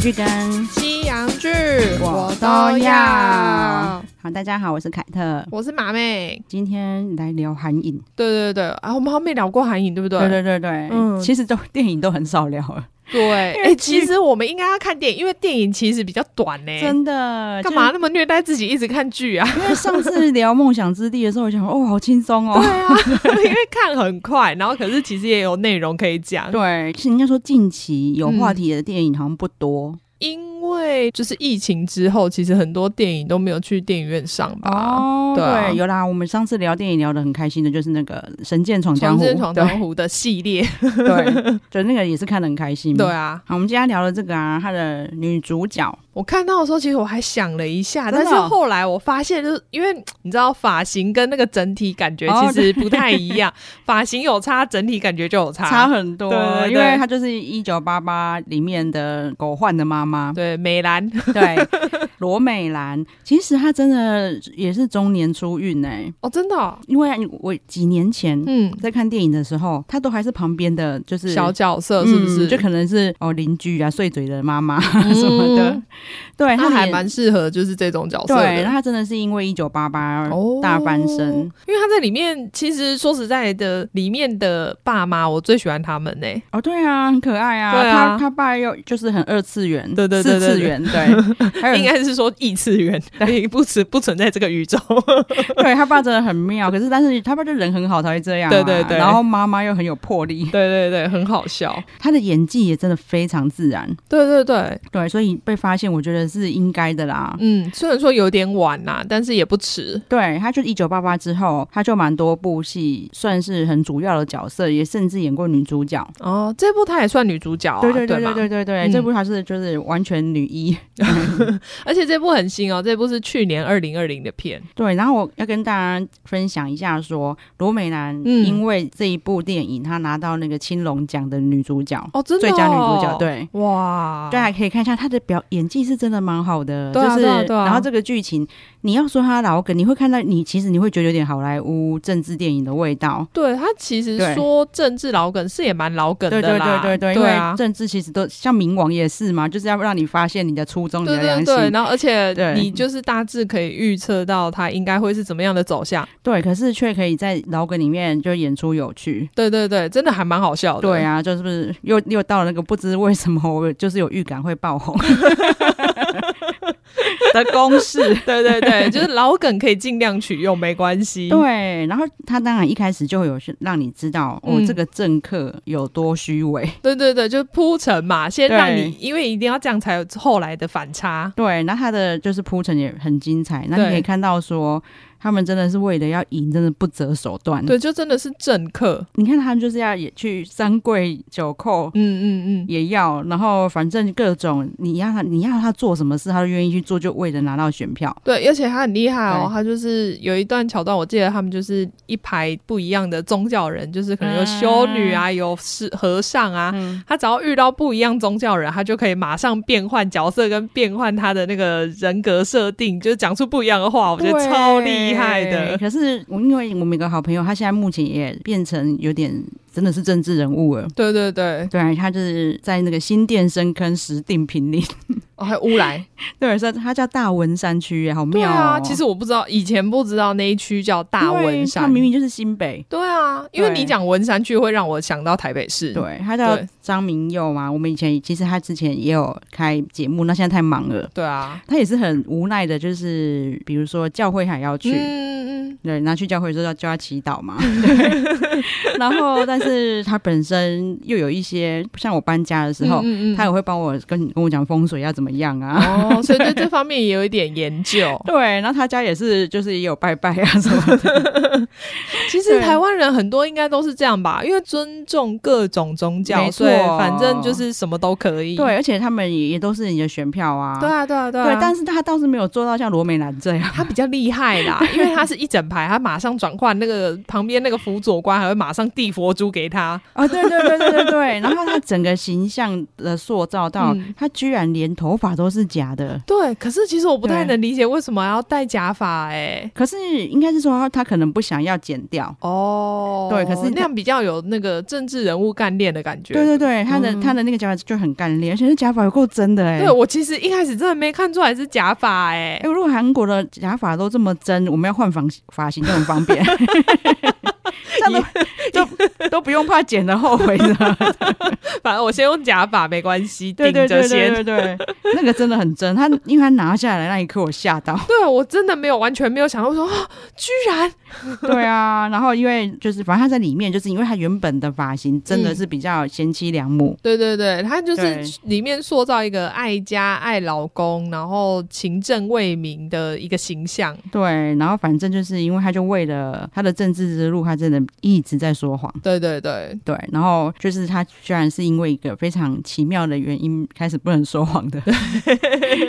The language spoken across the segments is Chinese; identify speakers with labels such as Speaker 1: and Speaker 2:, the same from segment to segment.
Speaker 1: 剧跟
Speaker 2: 西洋剧
Speaker 1: 我都要。好，大家好，我是凯特，
Speaker 2: 我是马妹，
Speaker 1: 今天来聊韩影。
Speaker 2: 对对对，啊，我们还没聊过韩影，对不对？
Speaker 1: 对对对对，
Speaker 2: 嗯
Speaker 1: 其实都电影都很少聊了，
Speaker 2: 对哎、
Speaker 1: 为
Speaker 2: 其实我们应该要看电影，因为电影其实比较短呢、
Speaker 1: 真的。
Speaker 2: 干嘛那么虐待自己，一直看剧啊？
Speaker 1: 就是？因为上次聊梦想之地的时候，我想说哦，好轻松哦
Speaker 2: 对。啊， 因为看很快，然后可是其实也有内容可以讲，
Speaker 1: 对，其实应该说近期有话题的电影好像不多
Speaker 2: 因为就是疫情之后，其实很多电影都没有去电影院上
Speaker 1: 哦
Speaker 2: 吧。对啊
Speaker 1: 对，有啦。我们上次聊电影聊得很开心的，就是那个《神剑闯江
Speaker 2: 重
Speaker 1: 湖》
Speaker 2: 建闯江湖的系列，
Speaker 1: 对，对，就那个也是看得很开心。
Speaker 2: 对啊，
Speaker 1: 好，我们今天聊的这个啊，她的女主角
Speaker 2: 我看到的时候，其实我还想了一下，
Speaker 1: 真
Speaker 2: 但
Speaker 1: 的哦
Speaker 2: 是后来我发现，就是因为你知道发型跟那个整体感觉
Speaker 1: 哦
Speaker 2: 其实不太一 样，发型有差，整体感觉就有差。
Speaker 1: 差很多，
Speaker 2: 对对对
Speaker 1: 因为她就是一九八八里面的狗焕的妈妈，
Speaker 2: 对，美兰
Speaker 1: 对， 罗美兰。其实她真的也是中年出运哎、
Speaker 2: 哦，真的哦、
Speaker 1: 因为我几年前。
Speaker 2: 嗯，
Speaker 1: 在看电影的时候，她都还是旁边的，就是
Speaker 2: 小角色是不是？
Speaker 1: 嗯就可能是哦邻居啊，碎嘴的妈妈
Speaker 2: 嗯
Speaker 1: 什么的。对，
Speaker 2: 他
Speaker 1: 她
Speaker 2: 还
Speaker 1: 也
Speaker 2: 蛮适合就是这种角色的。
Speaker 1: 对，那她真的是因为一九八八
Speaker 2: 哦
Speaker 1: 大翻身。
Speaker 2: 因为他在里面，其实说实在的，里面的爸妈我最喜欢他们呢、
Speaker 1: 哦，对啊，很可爱啊。
Speaker 2: 对啊
Speaker 1: 他他爸又就是很二次元，
Speaker 2: 对对对对对
Speaker 1: 四次元， 对，还有
Speaker 2: 应该是说异次元， 不存不存在这个 宇宙。
Speaker 1: 对他爸真的很妙。可是但是他爸就人很好才会这样嘛、
Speaker 2: 对对对
Speaker 1: 然后妈妈又很有魄力，
Speaker 2: 对对对，很好笑。
Speaker 1: 他的演技也真的非常自然。
Speaker 2: 对对对，
Speaker 1: 对，所以被发现，我觉得是应该的啦。
Speaker 2: 嗯，虽然说有点晚啦、但是也不迟。
Speaker 1: 对，他就一九八八之后，他就蛮多部戏，算是很主要的角色，也甚至演过女主角。
Speaker 2: 哦，这部她也算女主角啊，
Speaker 1: 对对对
Speaker 2: 吗
Speaker 1: 对对对对，
Speaker 2: 嗯
Speaker 1: 这部她是就是完全女一。
Speaker 2: 而且这部很新哦，这部是去年二零二零的片。
Speaker 1: 对，然后我要跟大家分享一下说罗美兰
Speaker 2: 嗯
Speaker 1: 因为这一部电影，她拿到那个青龙奖的女主角，
Speaker 2: 哦，真的、
Speaker 1: 最
Speaker 2: 哦、
Speaker 1: 佳女主角。，对。啊
Speaker 2: 哇，
Speaker 1: 大家可以看一下她的表演技是真的蛮好的，
Speaker 2: 哦对啊
Speaker 1: 就是、
Speaker 2: 对啊对啊
Speaker 1: 然后这个剧情，你要说她老梗，你会看到你其实你会觉得有点好莱坞政治电影的味道，
Speaker 2: 对她其实
Speaker 1: 对
Speaker 2: 说政治老梗是也蛮老梗
Speaker 1: 对
Speaker 2: 的
Speaker 1: 对
Speaker 2: 啦，
Speaker 1: 对对对，因
Speaker 2: 对
Speaker 1: 为
Speaker 2: 啊。
Speaker 1: 政治其实都像冥王也是嘛，就是要让你发现你的初衷、你
Speaker 2: 对
Speaker 1: 的良
Speaker 2: 对
Speaker 1: 心
Speaker 2: 对，，然后而且
Speaker 1: 对
Speaker 2: 你就是大致可以预测到它应该会是怎么样的走向。
Speaker 1: 对，可是却可以在老梗里面就演出有趣，
Speaker 2: 对对对，真的还蛮好笑的。
Speaker 1: 对， 啊，就是不是又又到了那个不知为什么，我就是有预感会爆 红的公式。
Speaker 2: 对对对，就是老梗可以尽量取用，没关系。
Speaker 1: 对，然后他当然一开始就会有是让你知道，哦，
Speaker 2: 嗯
Speaker 1: 这个政客有多虚伪。
Speaker 2: 对对对，就是铺陈嘛，先
Speaker 1: 对
Speaker 2: 让你，因为一定要这样才有后来的反差。
Speaker 1: 对，那他的就是铺陈也很精彩，那你
Speaker 2: 对
Speaker 1: 可以看到说，他们真的是为了要赢，真的不择手段。，
Speaker 2: 对，就真的是政客。
Speaker 1: 你看他们就是要也去三跪九叩。
Speaker 2: 嗯嗯嗯，
Speaker 1: 也要，然后反正各种你要他，你要他做什么事，他都愿意去做，就为了拿到选票。
Speaker 2: 对，而且他很厉害哦，
Speaker 1: 对
Speaker 2: 他就是有一段桥段，我记得他们就是一排不一样的宗教人，就是可能有修女啊，有是和尚啊。他只要遇到不一样宗教人，他就可以马上变换角色跟变换他的那个人格设定，就是讲出不一样的话，我觉得
Speaker 1: 对
Speaker 2: 超厉害的。
Speaker 1: 可是我因为我们有个好朋友，他现在目前也变成有点真的是政治人物了。
Speaker 2: 对对对，
Speaker 1: 对，他就是在那个新店深坑石定平林，
Speaker 2: 哦，还有乌来，
Speaker 1: 对，是他叫大文山区耶，好
Speaker 2: 对
Speaker 1: 妙、哦、
Speaker 2: 啊，其实我不知道，以前不知道那一区叫大文
Speaker 1: 因为他
Speaker 2: 山，
Speaker 1: 明明就是新北。
Speaker 2: 对啊，因为
Speaker 1: 对
Speaker 2: 你讲文山区会让我想到台北市，
Speaker 1: 对，他叫
Speaker 2: 对
Speaker 1: 张明佑嘛。我们以前其实他之前也有开节目，那现在太忙了，
Speaker 2: 对啊，
Speaker 1: 他也是很无奈的，就是比如说教会还要去，
Speaker 2: 嗯嗯
Speaker 1: 对，拿去教会之后就要祈祷 嘛。对然后，但是他本身又有一些，像我搬家的时候，
Speaker 2: 嗯
Speaker 1: 他也会帮我跟跟我讲风水要怎么样 啊。。
Speaker 2: 哦，所以对这方面也有一点研 究
Speaker 1: 对，然后他家也是，就是也有拜拜啊什么 的。
Speaker 2: 其实台湾人很多应该都是这样吧，因为尊重各种宗教，
Speaker 1: 没错
Speaker 2: 所以反正就是什么都可以。
Speaker 1: 对，而且他们也也都是你的选票啊。
Speaker 2: 对啊，对啊，对啊。
Speaker 1: 对但是他倒是没有做到像罗美兰这样。
Speaker 2: 他比较厉害啦，因为他是一整牌，他马上转换那个旁边那个辅佐官，还会马上递佛珠给他。
Speaker 1: 哦，对对对对对对，然后他整个形象的塑造到，
Speaker 2: 嗯
Speaker 1: 他居然连头发都是假的。
Speaker 2: 对，可是其实我不太
Speaker 1: 对
Speaker 2: 能理解为什么要戴假发、哎。
Speaker 1: 可是应该是说他他可能不想要剪掉，
Speaker 2: 哦，
Speaker 1: 对可是
Speaker 2: 那样比较有那个政治人物干练的感觉。嗯
Speaker 1: 对对对，他的、他的那个假发就很干练，而且那假发有够真的哎、
Speaker 2: 对我其实一开始真的没看出来是假发、哎、
Speaker 1: 哎、如果韩国的假发都这么真，我们要换房发型就很方 便，这样都都都不用怕剪的后悔的。
Speaker 2: 反正我先用假发没关系， 顶
Speaker 1: 对对
Speaker 2: 着
Speaker 1: 对对
Speaker 2: 先。
Speaker 1: 对对，那个真的很真。他因为他拿下来那一刻，我吓到。
Speaker 2: 对，我真的没有完全没有想到，我说啊，居然
Speaker 1: 对啊，然后因为就是反正他在里面，就是因为他原本的发型真的是比较贤妻良母。
Speaker 2: 对对对，他就是
Speaker 1: 对
Speaker 2: 里面塑造一个爱家、爱老公，然后勤政为民的一个形象。
Speaker 1: 对，然后反正就是因为他就为了他的政治之路，他真的一直在说谎。
Speaker 2: 对对对，
Speaker 1: 对，然后就是他居然是因为一个非常奇妙的原因开始不能说谎 的，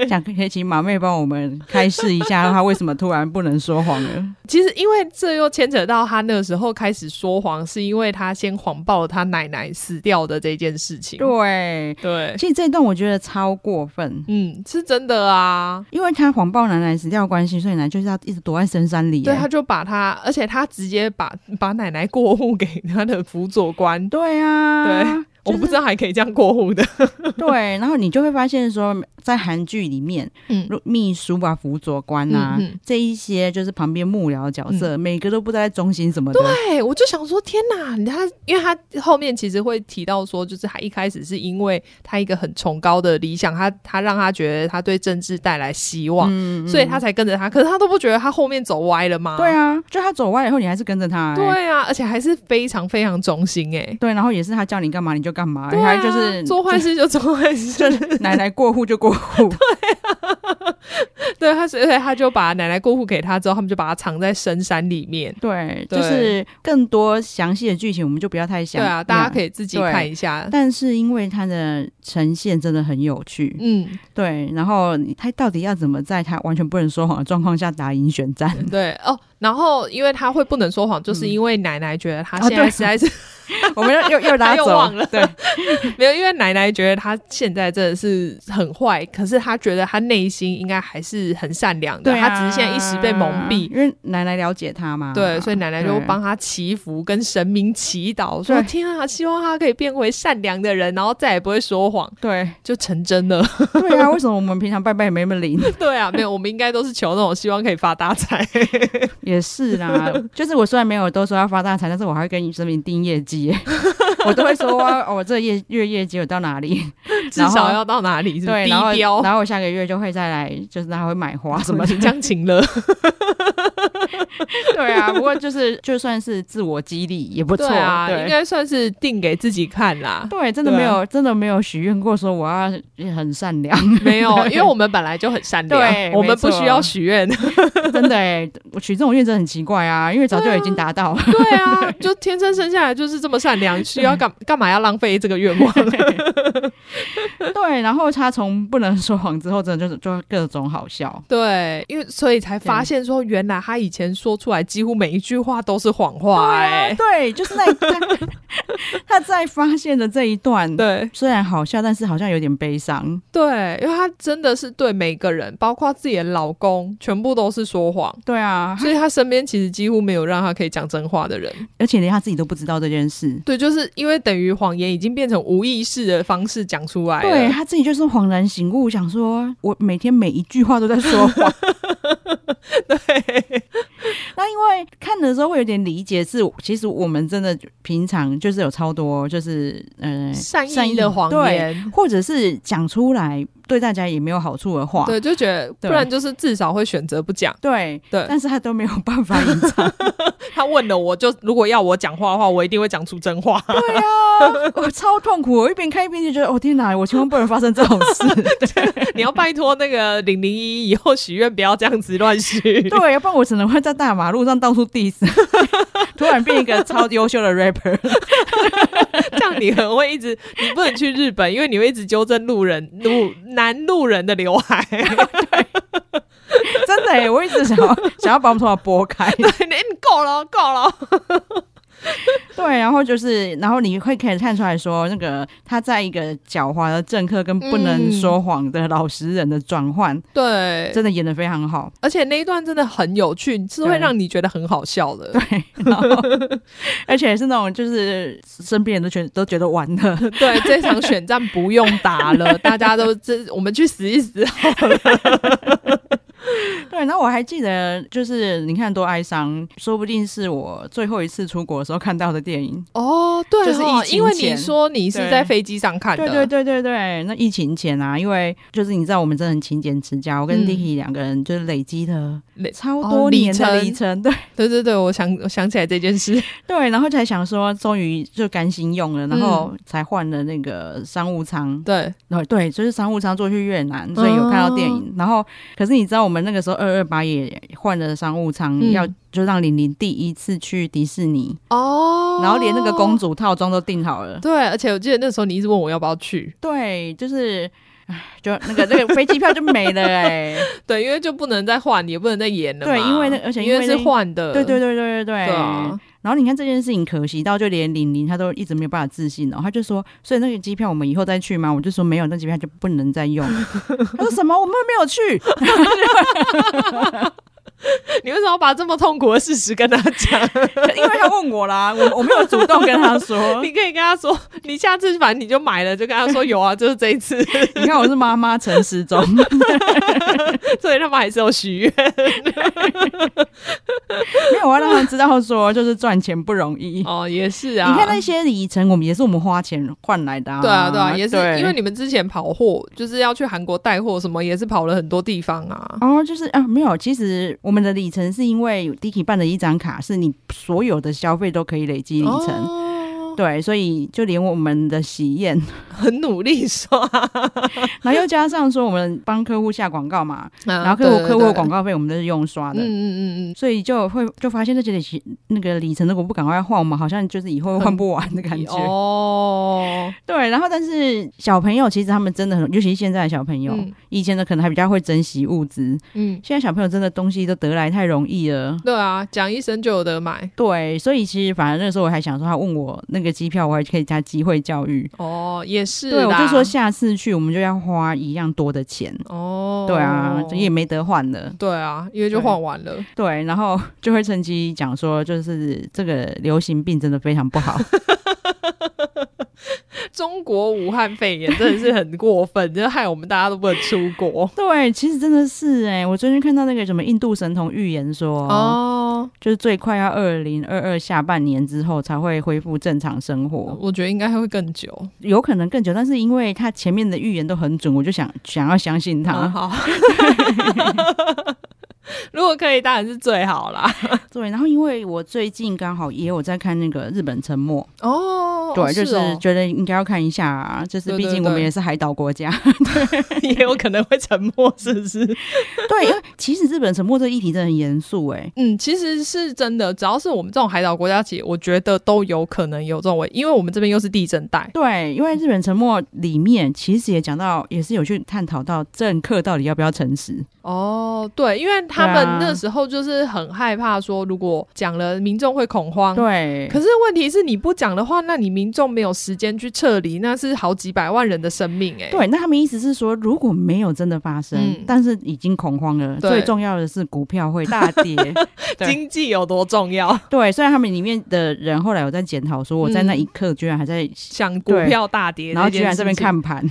Speaker 1: 想可以请马妹帮我们开示一下，他为什么突然不能说谎了？
Speaker 2: 其实因为这又牵扯到他那个时候开始说谎，是因为他先谎报了他奶奶死掉的这件事情。
Speaker 1: 对，
Speaker 2: 对，
Speaker 1: 其实这一段我觉得超过分，
Speaker 2: 嗯，是真的啊。
Speaker 1: 因为他谎报奶奶死掉的关系，所以奶奶就是要一直躲在深山里。
Speaker 2: 对，
Speaker 1: 哎
Speaker 2: 他就把他，而且他直接把把奶奶过户给他的辅佐官，
Speaker 1: 对啊，
Speaker 2: 对
Speaker 1: 就是
Speaker 2: 我不知道还可以这样过户的。
Speaker 1: 对，然后你就会发现说，在韩剧里面，
Speaker 2: 嗯
Speaker 1: 如秘书啊、辅佐官啊、
Speaker 2: 嗯嗯嗯
Speaker 1: 这一些，就是旁边幕僚角色，每个都不知道在忠心什么的。
Speaker 2: 对，啊我就想说，天哪！他因为他后面其实会提到说，就是他一开始是因为他一个很崇高的理想，他他让他觉得他对政治带来希望，所以他才跟着他。可是他都不觉得他后面走歪了吗？
Speaker 1: 对，啊，就他走歪以后，你还是跟着他、欸。
Speaker 2: 对啊，而且还是非常非常忠心哎、
Speaker 1: 对，然后也是他叫你干嘛你就干嘛，
Speaker 2: 对啊
Speaker 1: 还就是
Speaker 2: 做坏事就做坏事，
Speaker 1: 奶奶过户就过户。
Speaker 2: 对他，所以他就把奶奶过户给他之后，他们就把他藏在深山里面。
Speaker 1: 对，
Speaker 2: 对
Speaker 1: 就是更多详细的剧情我们就不要太
Speaker 2: 对
Speaker 1: 详。
Speaker 2: 啊，大家可
Speaker 1: 以。
Speaker 2: 以自己
Speaker 1: 对
Speaker 2: 看一下。
Speaker 1: 但是因为它的呈现真的很有趣，
Speaker 2: 嗯，
Speaker 1: 对，然后他到底要怎么在他完全不能说谎的状况下打赢选战？
Speaker 2: 对哦，然后因为他会不能说谎，就是因为奶奶觉得他
Speaker 1: 嗯啊
Speaker 2: 现在
Speaker 1: 对
Speaker 2: 实在是
Speaker 1: 我们又又又拉
Speaker 2: 他又
Speaker 1: 走
Speaker 2: 忘了
Speaker 1: 对，
Speaker 2: 没有，因为奶奶觉得她现在真的是很坏，可是她觉得她内心应该还是很善良的，
Speaker 1: 对啊，
Speaker 2: 她只是现在一时被蒙蔽。
Speaker 1: 因为奶奶了解他嘛。
Speaker 2: 对，所以奶奶就
Speaker 1: 对
Speaker 2: 帮她祈福，跟神明祈祷，说
Speaker 1: 对：“
Speaker 2: 天啊，希望她可以变回善良的人，然后再也不会说谎。
Speaker 1: 对”
Speaker 2: 就成真了。
Speaker 1: 对啊，为什么我们平常拜拜也没那么 灵？
Speaker 2: 对啊，没有，我们应该都是求那种希望可以发大财。
Speaker 1: 也是啦，就是我虽然没有都说要发大财，但是我还会跟神明定业绩 耶，我都会说哦，我这业月业绩有到哪里，
Speaker 2: 至
Speaker 1: 然后
Speaker 2: 少要到哪里是不是
Speaker 1: 对，
Speaker 2: 低
Speaker 1: 然后
Speaker 2: 标，
Speaker 1: 然后我下个月就会再来，就是他会买花 什么的，
Speaker 2: 江晴了。
Speaker 1: 对啊。不过就是就算是自我激励也不错，
Speaker 2: 对啊，应
Speaker 1: 对。
Speaker 2: 该算是定给自己看 啦。
Speaker 1: 对，真的
Speaker 2: 对啊
Speaker 1: 没有，真的没有许愿过说我要很善良，
Speaker 2: 没有，因为我们本来就很善良，
Speaker 1: 对
Speaker 2: 我们不
Speaker 1: 没错
Speaker 2: 需要许愿。
Speaker 1: 真的哎，我许这种愿真的很奇怪啊，因为早就已经达到了。
Speaker 2: 对啊，就天生生下来就是这么善良，需要干干嘛要浪费这个愿望？
Speaker 1: 对，啊然后他从不能说谎之后，真的就是就各种好笑。
Speaker 2: 对，因为所以才发现说，原来他以前说出来几乎每一句话都是谎话、哎、
Speaker 1: 对，啊就是那一段， 他在发现的这一段，
Speaker 2: 对
Speaker 1: 虽然好笑，但是好像有点悲伤。
Speaker 2: 对，因为他真的是对每个人，包括自己的老公，全部都是说谎。
Speaker 1: 对啊，
Speaker 2: 所以他身边其实几乎没有让他可以讲真话的人，
Speaker 1: 而且连他自己都不知道这件事。
Speaker 2: 对，就是因为等于谎言已经变成无意识的方式讲出来了。
Speaker 1: 对啊他自己就是恍然醒悟，想说我每天每一句话都在说谎。
Speaker 2: 对，
Speaker 1: 那因为看的时候会有点理解是，其实我们真的平常就是有超多就是嗯、呃、
Speaker 2: 善意的谎
Speaker 1: 对
Speaker 2: 言，
Speaker 1: 或者是讲出来对大家也没有好处的话。
Speaker 2: 对，就觉得不
Speaker 1: 对
Speaker 2: 然就是至少会选择不讲。
Speaker 1: 对
Speaker 2: 对
Speaker 1: 但是他都没有办法 隐藏。
Speaker 2: 他问了我就，如果要我讲话的话，我一定会讲出真 话。
Speaker 1: 对啊，我超痛苦，我一边看一边就觉得，哦天哪，我千万不能发生这种 事。
Speaker 2: 你要拜托那个零零一以后许愿不要这样子乱 许。
Speaker 1: 对，要不然我只能会在大马路上到处 diss，突然变一个超优秀的 rapper。
Speaker 2: 这样你很会一直，你不能去日本，因为 你会一直纠正路人路男路人的刘海。
Speaker 1: 真真的哎、我一直想要想要把我们头发拨开。
Speaker 2: 对，你你哎够了，够了。
Speaker 1: 对，然后就是，然后你会可以看出来说，那个他在一个狡猾的政客跟不能说谎的老实人的转换，
Speaker 2: 对，
Speaker 1: 真的演的非常好。
Speaker 2: 而且那一段真的很有趣，是会
Speaker 1: 对
Speaker 2: 让你觉得很好笑的。
Speaker 1: 然后而且是那种就是身边人都觉得都觉得完了，
Speaker 2: 对，这场选战不用打 了，大家都这，我们去死一死。
Speaker 1: 对，然后我还记得，就是你看多哀伤，说不定是我最后一次出国的时候看到的电影。
Speaker 2: 哦，对
Speaker 1: 就是
Speaker 2: 哦
Speaker 1: 疫情
Speaker 2: 因为你
Speaker 1: 前
Speaker 2: 说你是
Speaker 1: 对
Speaker 2: 在飞机上看的，
Speaker 1: 对对对对对，那疫情前啊，因为就是你知道我们真的很勤俭持家，我跟
Speaker 2: 嗯
Speaker 1: Dicky 两个人就是累积了
Speaker 2: 累
Speaker 1: 超
Speaker 2: 哦
Speaker 1: 多
Speaker 2: 里
Speaker 1: 年的
Speaker 2: 程
Speaker 1: 里程，对
Speaker 2: 对对对，我想我想起来这件事，
Speaker 1: 对，然后才想说终于就甘心用了，然
Speaker 2: 嗯
Speaker 1: 后才换了那个商务舱，
Speaker 2: 对，
Speaker 1: 对对，就是商务舱坐去越南，所
Speaker 2: 哦
Speaker 1: 以有看到电影。然后可是你知道我们那个时候二二八也换了商务舱，
Speaker 2: 嗯
Speaker 1: 要就让玲玲第一次去迪士尼。
Speaker 2: 哦
Speaker 1: 然后连那个公，主套装都订好了。
Speaker 2: 对，而且我记得那时候你一直问我要不要去，
Speaker 1: 对，就是，唉就那个那个飞机票就没了哎、
Speaker 2: 对，因为就不能再换，也不能再演了嘛，
Speaker 1: 对因为那而且
Speaker 2: 因
Speaker 1: 因为
Speaker 2: 是
Speaker 1: 那
Speaker 2: 换的，
Speaker 1: 对对对对对对。
Speaker 2: 对啊，
Speaker 1: 然后你看这件事情可惜到，就连玲玲她都一直没有办法自信哦。她就说，所以那个机票我们以后再去吗？我就说没有，那机票就不能再用。 她说什么？我们没有去。
Speaker 2: 你为什么要把这么痛苦的事实跟他 讲？
Speaker 1: 因为她问我啦，我我没有主动跟她说。
Speaker 2: 你可以跟他说，你下次反正你就买了，就跟他说有啊，就是这一次，
Speaker 1: 你看我是妈妈诚实中，
Speaker 2: 所以他们还是有许愿。
Speaker 1: 没有我要让她知道说，就是赚钱不容易。
Speaker 2: 哦，也是啊，
Speaker 1: 你看那些里程，我们也是我们花钱换来的、啊。
Speaker 2: 对啊，对啊，也是
Speaker 1: 对
Speaker 2: 因为你们之前跑货，就是要去韩国带货什么，也是跑了很多地方啊。
Speaker 1: 哦，就是啊，没有，其实我们的里程是因为 Dicky 办的一张卡，是你所有的消费都可以累积里程。
Speaker 2: 哦、
Speaker 1: 对，所以就连我们的喜宴，
Speaker 2: 很努 力刷，啊
Speaker 1: 然后又加上说我们帮客户下广告 嘛，然
Speaker 2: 然
Speaker 1: 后客户客户的广
Speaker 2: 告，
Speaker 1: 告费我们都是用刷
Speaker 2: 嗯
Speaker 1: 的，
Speaker 2: 嗯嗯嗯。
Speaker 1: 所以就会就发现那些里程那个里程如果不赶快换，我们好像就是以后换不完的感觉。
Speaker 2: 哦，
Speaker 1: 对，然后但是小朋友其实他们真的很，尤其是现在的小朋友，
Speaker 2: 嗯
Speaker 1: 以前的可能还比较会珍惜物资，
Speaker 2: 嗯，
Speaker 1: 现在小朋友真的东西都得来太容易了。
Speaker 2: 对啊，讲一声就有得买
Speaker 1: 对，所以其实反而那时候我还想说，他问我那个机票，我还可以加机会教育。
Speaker 2: 哦，也是
Speaker 1: 对，我
Speaker 2: 啦
Speaker 1: 就说下次去我们就要花一样多的钱。
Speaker 2: 哦，
Speaker 1: 对啊，也没得换了。
Speaker 2: 对啊，因为就
Speaker 1: 对
Speaker 2: 换完了，
Speaker 1: 对，然后 就会趁机讲说，就是这个流行病真的非常不 好。
Speaker 2: 中国武汉肺炎真的是很过分， 就害我们大家都不能出国
Speaker 1: 对，其实真的是哎、我最近看到那个什么印度神童预言说，
Speaker 2: 哦。
Speaker 1: 就是最快要二零二二下半年之后才会恢复正常生活，
Speaker 2: 哦我觉得应该会更久。
Speaker 1: 有可能更久。但是因为他前面的预言都很准，我就想想要相信他。
Speaker 2: 嗯好， 如果可以，当然是最好啦。
Speaker 1: 对，然后因为我最近刚好也有在看那个日本沉没，
Speaker 2: 哦
Speaker 1: 对，就是觉得应该要看一下、啊，就是
Speaker 2: 对
Speaker 1: 毕
Speaker 2: 对
Speaker 1: 竟我们
Speaker 2: 对
Speaker 1: 也是海岛国家。
Speaker 2: 也有可能会沉默，是不 是？
Speaker 1: 对，因为其实日本沉没这个议题真的很严肃哎、
Speaker 2: 嗯，其实是真的，只要是我们这种海岛国家级，我觉得都有可能有这种危，因为我们这边又是地震带。
Speaker 1: 对，因为日本沉没里面其实也讲到，也是有去探讨到政客到底要不要诚实。
Speaker 2: 哦，对，因为他们
Speaker 1: 对啊
Speaker 2: 那时候就是很害怕说，如果讲了，民众会恐慌。
Speaker 1: 对，
Speaker 2: 嗯可是问题是你不讲的话，那你民众没有时间去撤离，那是好几百万人的生命哎、欸。
Speaker 1: 对，那他们意思是说，如果没有真的发生，
Speaker 2: 嗯
Speaker 1: 但是已经恐慌了。
Speaker 2: 对
Speaker 1: 最重要的是股票会大 跌。对
Speaker 2: 经济有多重要？
Speaker 1: 对，虽然他们里面的人后来有在检讨说，我在
Speaker 2: 嗯
Speaker 1: 那一刻居然还在
Speaker 2: 像股
Speaker 1: 对
Speaker 2: 票大跌，
Speaker 1: 然后居然这边。看盘，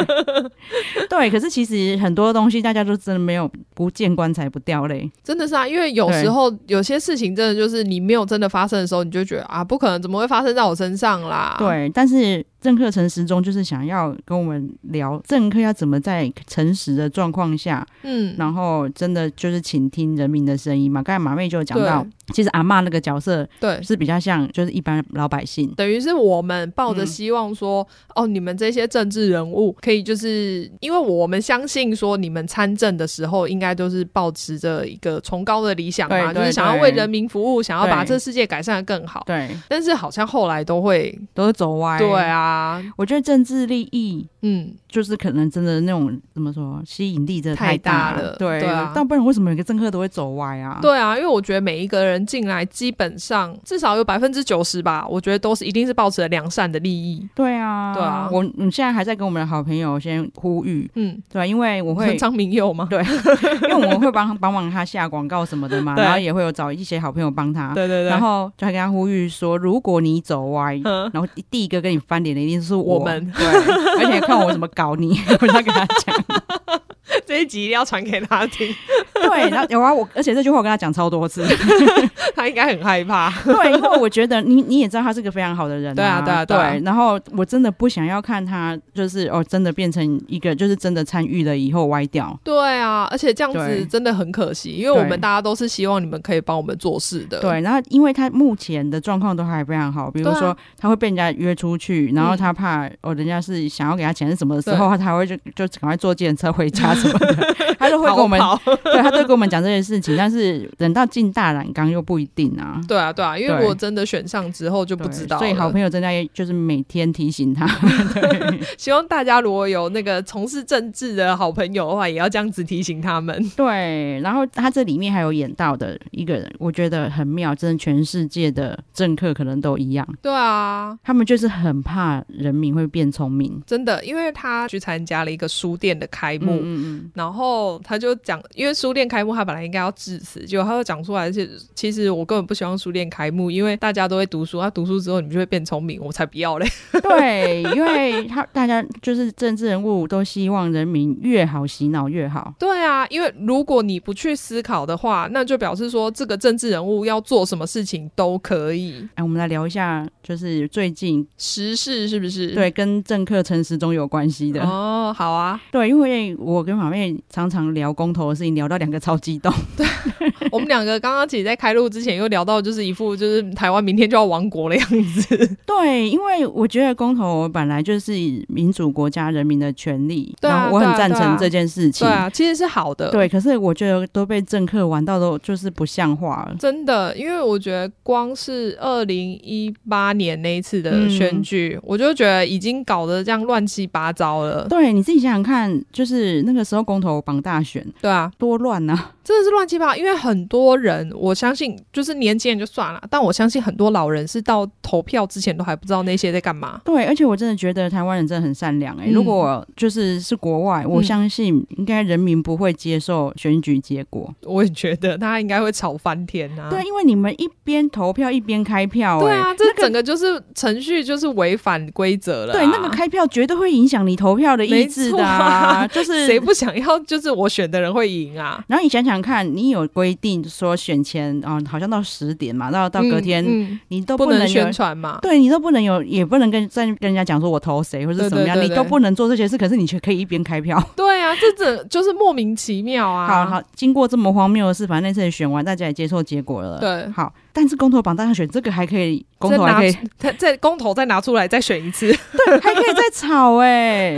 Speaker 1: 对，可是其实很多东西大家都真的没有不见棺材不掉泪，
Speaker 2: 真的是啊，因为有时候有些事情真的就是你没有真的发生的时候，你就觉得啊，不可能，怎么会发生在我身上啦？，
Speaker 1: 对。但是政客陈时中就是想要跟我们聊政客要怎么在诚实的状况下，
Speaker 2: 嗯，
Speaker 1: 然后真的就是倾听人民的声音嘛。刚才马妹就有讲到，其实阿嬷那个角色
Speaker 2: 对，
Speaker 1: 是比较像就是一般老百姓，
Speaker 2: 等于是我们抱着
Speaker 1: 嗯
Speaker 2: 希望说，哦，你们这些政治人物可以就是，因为我们相信说，你们参政的时候应该都是抱持着一个崇高的理想嘛，
Speaker 1: 对
Speaker 2: 就是
Speaker 1: 对
Speaker 2: 想要
Speaker 1: 对
Speaker 2: 为人民服务，想要
Speaker 1: 对
Speaker 2: 把哦这世界改善的更好。
Speaker 1: 对，
Speaker 2: 但是好像后来都会
Speaker 1: 都是走歪，
Speaker 2: 对啊，啊，
Speaker 1: 我觉得政治利益
Speaker 2: 嗯，
Speaker 1: 就是可能真的那种怎么说吸引力真的
Speaker 2: 太
Speaker 1: 大
Speaker 2: 大了
Speaker 1: 对，
Speaker 2: 对啊
Speaker 1: 但不然为什么每个政客都会走歪啊？，
Speaker 2: 对啊，因为我觉得每一个人进来，基本上至少有百分之九十吧，我觉得都是一定是抱持了良善的利益。
Speaker 1: 对啊，
Speaker 2: 对啊
Speaker 1: 我我现在还在跟我们的好朋友先呼吁，
Speaker 2: 嗯，
Speaker 1: 对、啊，因为我会
Speaker 2: 张明佑吗？
Speaker 1: 对 因为我们会帮帮忙他下广告什么的嘛，
Speaker 2: 对
Speaker 1: 然后也会有找一些好朋友帮他，
Speaker 2: 对对对，
Speaker 1: 然后就还跟他呼吁说，如果你走歪，
Speaker 2: 嗯
Speaker 1: 然后第一个跟你翻脸的一定是我
Speaker 2: 我们
Speaker 1: 对，而且看我怎么搞你，我就要跟他讲。
Speaker 2: 这一集一定要传给他听，
Speaker 1: 对，然后有啊，我而且这句话我跟他讲超多次，
Speaker 2: 他应该很害怕。
Speaker 1: 对，因为我觉得你你也知道他是个非常好的人、
Speaker 2: 对啊对啊对啊
Speaker 1: 然后我真的不想要看他就是哦，真的变成一个就是真的参与了以后歪掉。
Speaker 2: 对啊，而且这样
Speaker 1: 对
Speaker 2: 子真的很可惜，因为我
Speaker 1: 对
Speaker 2: 们大家都是希望你们可以帮我们做事的。
Speaker 1: 对，然后因为他目前的状况都还非常好，比如
Speaker 2: 对啊
Speaker 1: 说他会被人家约出去，然后
Speaker 2: 嗯
Speaker 1: 他怕、哦人家是想要给他钱是什么的时候，他才会就就赶快坐计程车回家什么的， 他就会跟我们，
Speaker 2: 逃跑
Speaker 1: 对，他都会跟我们讲这些事情，但是等到进大染缸又不一定啊。
Speaker 2: 对啊，对啊，因为
Speaker 1: 对
Speaker 2: 如果真的选上之后就不
Speaker 1: 对
Speaker 2: 知道了。
Speaker 1: 所以好朋友真的要就是每天提醒 他，
Speaker 2: 希望大家如果有那个从事政治的好朋友的话，也要这样子提醒他们。
Speaker 1: 对，然后他这里面还有演到的一个人，我觉得很妙，真的全世界的政客可能都一样，
Speaker 2: 对啊，
Speaker 1: 他们就是很怕人民会变聪明。
Speaker 2: 真的，因为他去参加了一个书店的开幕。
Speaker 1: 嗯
Speaker 2: 然后他就讲，因为书店开幕，他本来应该要致辞，结果他就讲出来是，其实我根本不希望书店开幕，因为大家都会读书，他、啊读书之后你们就会变聪明，我才不要嘞。
Speaker 1: 嗯，对，因为他大家就是政治人物都希望人民越好洗脑越好。
Speaker 2: 对啊，因为如果你不去思考的话，那就表示说这个政治人物要做什么事情都可以，
Speaker 1: 哎，我们来聊一下，就是最近
Speaker 2: 时事是不是？
Speaker 1: 对跟政客陈时中有关系的。
Speaker 2: 嗯哦，好啊，
Speaker 1: 对，因为我跟马妹常常聊公投的事情，聊到两个超 激动。
Speaker 2: 我们两个刚刚其实，在开录之前又聊到，就是一副就是台湾明天就要亡国的样子。
Speaker 1: 对，因为我觉得公投本来就是民主国家人民的权利，
Speaker 2: 对啊
Speaker 1: 然后我
Speaker 2: 对
Speaker 1: 很
Speaker 2: 啊
Speaker 1: 赞
Speaker 2: 对啊
Speaker 1: 成这件事情。
Speaker 2: 对啊，其实是好的，，
Speaker 1: 对可是我觉得都被政客玩到都就是不像话了。
Speaker 2: 真的，因为我觉得光是二零一八年那一次的
Speaker 1: 嗯
Speaker 2: 选举，我就觉得已经搞得这样乱七八糟了。
Speaker 1: 对，你自己想想看，就是那个时候公投绑大选
Speaker 2: 对啊，
Speaker 1: 多乱呐、
Speaker 2: 真的是乱七八糟，因为很多人，我相信就是年轻人就算了，但我相信很多老人是到投票之前都还不知道那些在干嘛。
Speaker 1: 对，而且我真的觉得台湾人真的很善良哎、
Speaker 2: 嗯
Speaker 1: 如果就是是国外，我
Speaker 2: 嗯
Speaker 1: 相信应该人民不会接受选举结果。
Speaker 2: 我也觉得他应该会吵翻天啊！
Speaker 1: 对，因为你们一边投票一边开票、欸，
Speaker 2: 对啊，这整个就是程序就是违反规则了啊、
Speaker 1: 对，那个开票绝对会影响你投票的意志的、啊，
Speaker 2: 没
Speaker 1: 就是
Speaker 2: 谁不想要？就是我选的人会赢啊。
Speaker 1: 然后你想想看，你有规定说选前啊、好像到十点嘛，到到隔天、
Speaker 2: 嗯嗯
Speaker 1: 你都
Speaker 2: 不
Speaker 1: 能有
Speaker 2: 能宣，传嘛？
Speaker 1: 对你都不能有，也不能跟再跟人家讲说我投谁或者
Speaker 2: 对
Speaker 1: 怎么样，
Speaker 2: 对对
Speaker 1: 你都不能做这些事，可是你却可以一边开票。
Speaker 2: 对啊，这整就是莫名其妙啊！
Speaker 1: 好好，经过这么荒谬的事，反正那次也选完，大家也接受结果了。，
Speaker 2: 对，
Speaker 1: 好，但是公投榜大选这个还可以，公投还
Speaker 2: 再拿
Speaker 1: 可以，
Speaker 2: 他再公投再拿出来再选一 次，因
Speaker 1: 还可以再吵 哎、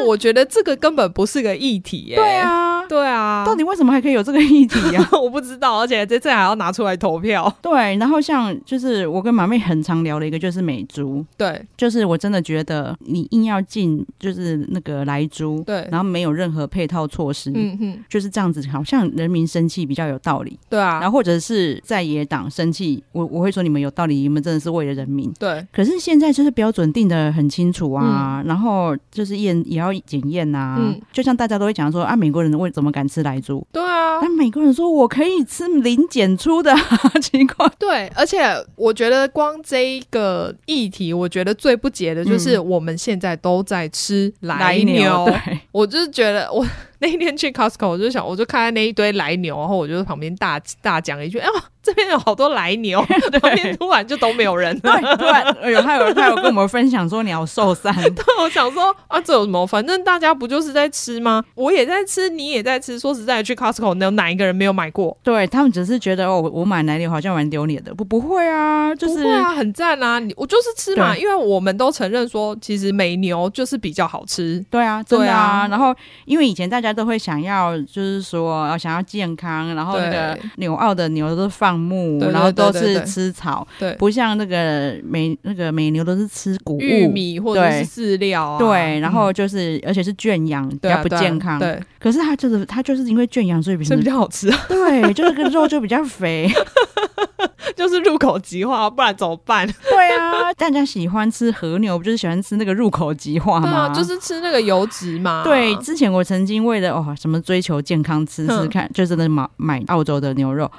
Speaker 2: 为我觉得这个根本不是个议题耶、
Speaker 1: 对，啊，
Speaker 2: 对啊，
Speaker 1: 到底为什么还可以有这个议题啊？
Speaker 2: 我不知道，而且这次还要拿出来投票。
Speaker 1: 对，然后像就是我跟马妹很常聊的一个就是美猪，
Speaker 2: 对
Speaker 1: 就是我真的觉得你硬要进就是那个莱猪，
Speaker 2: 对，
Speaker 1: 然后没有任何配套措施，
Speaker 2: 嗯哼，
Speaker 1: 就是这样子，好像人民生气比较有道理，
Speaker 2: 对啊
Speaker 1: 然，后或者是在野党生气，我我会说你们有道理，你们真的是为了人民。
Speaker 2: 对
Speaker 1: 可是现在就是标准定的很清楚啊，然后就是验也要检验呐、
Speaker 2: 嗯
Speaker 1: 就像大家都会讲说啊，美国人为怎么敢吃莱猪？
Speaker 2: 对啊
Speaker 1: 但，美国人说我可以吃零检出的， 奇怪。
Speaker 2: 对，而且我觉得光这一个议题，我觉得最不解的就是我们现在都在吃来嗯牛，
Speaker 1: 对，
Speaker 2: 我就是觉得我那一天去 Costco，我就想，我就看到那一堆来牛，然后我就在旁边大大讲一句，哎呦，这边有好多来牛， 旁边突然就都没有人 了。
Speaker 1: 对，突然，哎呦，他有他有跟我们分享说鸟兽散，
Speaker 2: 我想说啊，这有什么？反正大家不就是在吃吗？我也在吃，你也在吃。说实在的，去 Costco 能有哪一个人没有买过？
Speaker 1: 对他们只是觉得哦，我我买奶牛好像蛮丢脸的，不不会啊，就
Speaker 2: 不
Speaker 1: 是
Speaker 2: 会啊，很赞啊！你我就是吃嘛，
Speaker 1: 对
Speaker 2: 因为我们都承认说，其实美牛就是比较好吃。啊
Speaker 1: 对啊，真的啊。然后因为以前大家家都会想要，就是说呃想要健康，然后那个
Speaker 2: 对
Speaker 1: 纽澳的牛都是放牧，
Speaker 2: 对对
Speaker 1: 然后都
Speaker 2: 对对
Speaker 1: 是
Speaker 2: 对
Speaker 1: 吃草，
Speaker 2: 对
Speaker 1: 不像那个美那个美牛都是吃谷物，
Speaker 2: 玉米或者
Speaker 1: 哦对
Speaker 2: 是饲料啊，
Speaker 1: 对，然后
Speaker 2: 嗯
Speaker 1: 就是、而且是圈养，比
Speaker 2: 对啊
Speaker 1: 较不
Speaker 2: 对啊
Speaker 1: 健康。
Speaker 2: 对，
Speaker 1: 可是它就是它就是因为圈养，所以比
Speaker 2: 所以比较好吃啊，
Speaker 1: 对，就是个肉就比较肥。
Speaker 2: 就是入口即化，不然怎么办？
Speaker 1: 对啊，大家喜欢吃和牛，不就是喜欢吃那个入口即化
Speaker 2: 对
Speaker 1: 吗？
Speaker 2: 啊，就是吃那个油脂嘛，
Speaker 1: 对，之前我曾经为了哦什么追求健康吃吃
Speaker 2: 哼
Speaker 1: 看，就真的买买澳洲的牛肉，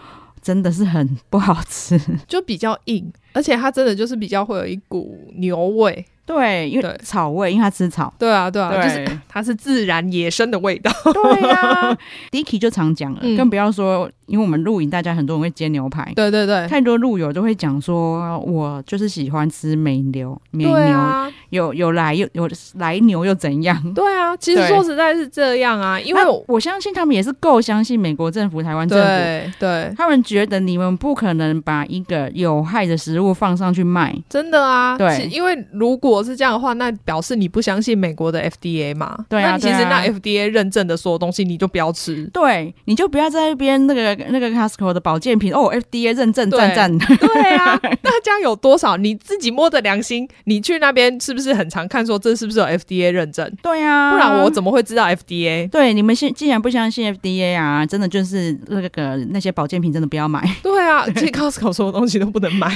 Speaker 1: 真的是很不好吃。
Speaker 2: 就比较硬，而且它真的就是比较会有一股牛味。
Speaker 1: 对，因为
Speaker 2: 对
Speaker 1: 草味，因为它吃草。
Speaker 2: 对啊，对啊，就是
Speaker 1: 对
Speaker 2: 它是自然野生的 味道。
Speaker 1: 对 呀 d i c k y 就常讲了，
Speaker 2: 嗯
Speaker 1: 更不要说，因为我们露营，大家很多人会煎牛排，
Speaker 2: 对对对，
Speaker 1: 太多路友都会讲说，我就是喜欢吃美牛，美牛、
Speaker 2: 对啊，
Speaker 1: 有有来又有来牛又怎样？
Speaker 2: 对啊。其实
Speaker 1: 对
Speaker 2: 说实在是这样啊，因为
Speaker 1: 那
Speaker 2: 我
Speaker 1: 我相信他们也是够相信美国政府、台湾政府，
Speaker 2: 对对，
Speaker 1: 他们觉得你们不可能把一个有害的食物放上去卖。
Speaker 2: 真的啊，
Speaker 1: 对
Speaker 2: 其因为如果是这样的话，那表示你不相信美国的 FDA 嘛？
Speaker 1: 对啊
Speaker 2: 那其实
Speaker 1: 对啊。
Speaker 2: 那 FDA 认证的所有东西你就不要吃
Speaker 1: 对，你就不要在那边那个那个 Costco 的保健品哦，FDA 认证
Speaker 2: 对
Speaker 1: 赞赞，
Speaker 2: 对啊，大家有多少你自己摸着良心，你去那边是不是很常看说这是不是有 FDA 认证？
Speaker 1: 对啊，
Speaker 2: 不然我怎么会知道 FDA？
Speaker 1: 对你们现既然不相信 FDA 啊，真的就是那个那些保健品真的不要买，
Speaker 2: 对啊，其实 Costco 所有东西都不能买，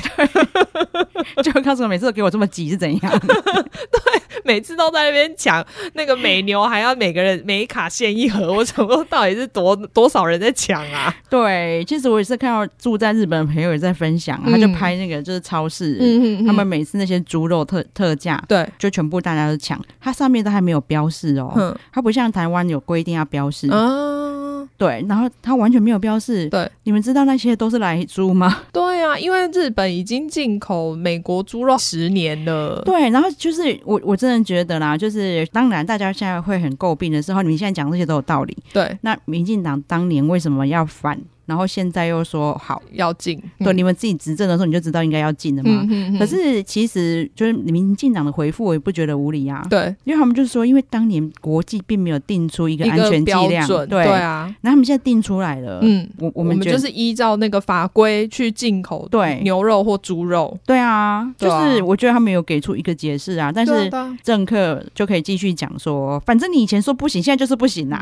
Speaker 1: 就 Costco 每次都给我这么急是怎样？
Speaker 2: 每次都在那边抢那个美牛，还要每个人每一卡限一盒，我想说到底是多多少人在抢啊？
Speaker 1: 对，其实我也是看到住在日本的朋友也在分享，他就
Speaker 2: 嗯
Speaker 1: 拍那个就是超市，
Speaker 2: 嗯
Speaker 1: 他们每次那些猪肉特特价，
Speaker 2: 对，
Speaker 1: 就全部大家都抢，它上面都还没有标示哦，
Speaker 2: 嗯
Speaker 1: 它不像台湾有规定要标示，
Speaker 2: 啊，
Speaker 1: 对，然后它完全没有标示，
Speaker 2: 对，
Speaker 1: 你们知道那些都是来猪 吗？
Speaker 2: 对啊，因为日本已经进口美国猪肉十年了，
Speaker 1: 对，然后就是我我真的觉得啦，就是当然大家现在会很诟病的时哦候，你们现在讲这些都有道理，
Speaker 2: 对，
Speaker 1: 那民进党当年为什么要反，然后现在又说好，
Speaker 2: 要进，
Speaker 1: 对，你们自己执政的时候你就知道应该要禁的嘛，
Speaker 2: 嗯
Speaker 1: 可是其实就是民进党的回复，我也不觉得无理啊。
Speaker 2: 对
Speaker 1: 因为他们就是说，因为当年国际并没有定出一个
Speaker 2: 一
Speaker 1: 安
Speaker 2: 个
Speaker 1: 全剂
Speaker 2: 标
Speaker 1: 量，
Speaker 2: 准，
Speaker 1: 对，
Speaker 2: 啊，
Speaker 1: 然后他们现在定出来了，
Speaker 2: 嗯。
Speaker 1: 我我
Speaker 2: 我
Speaker 1: 们
Speaker 2: 们
Speaker 1: 觉
Speaker 2: 就
Speaker 1: 得
Speaker 2: 是依照那个法规去进口
Speaker 1: 对
Speaker 2: 牛肉或猪肉，
Speaker 1: 对啊，就
Speaker 2: 对啊
Speaker 1: 是我觉得他们有给出一个解释啊，但
Speaker 2: 对啊
Speaker 1: 是
Speaker 2: 对啊
Speaker 1: 政客就可以继续讲说，反正你以前说不行，啊现在就是不行啦、
Speaker 2: 啊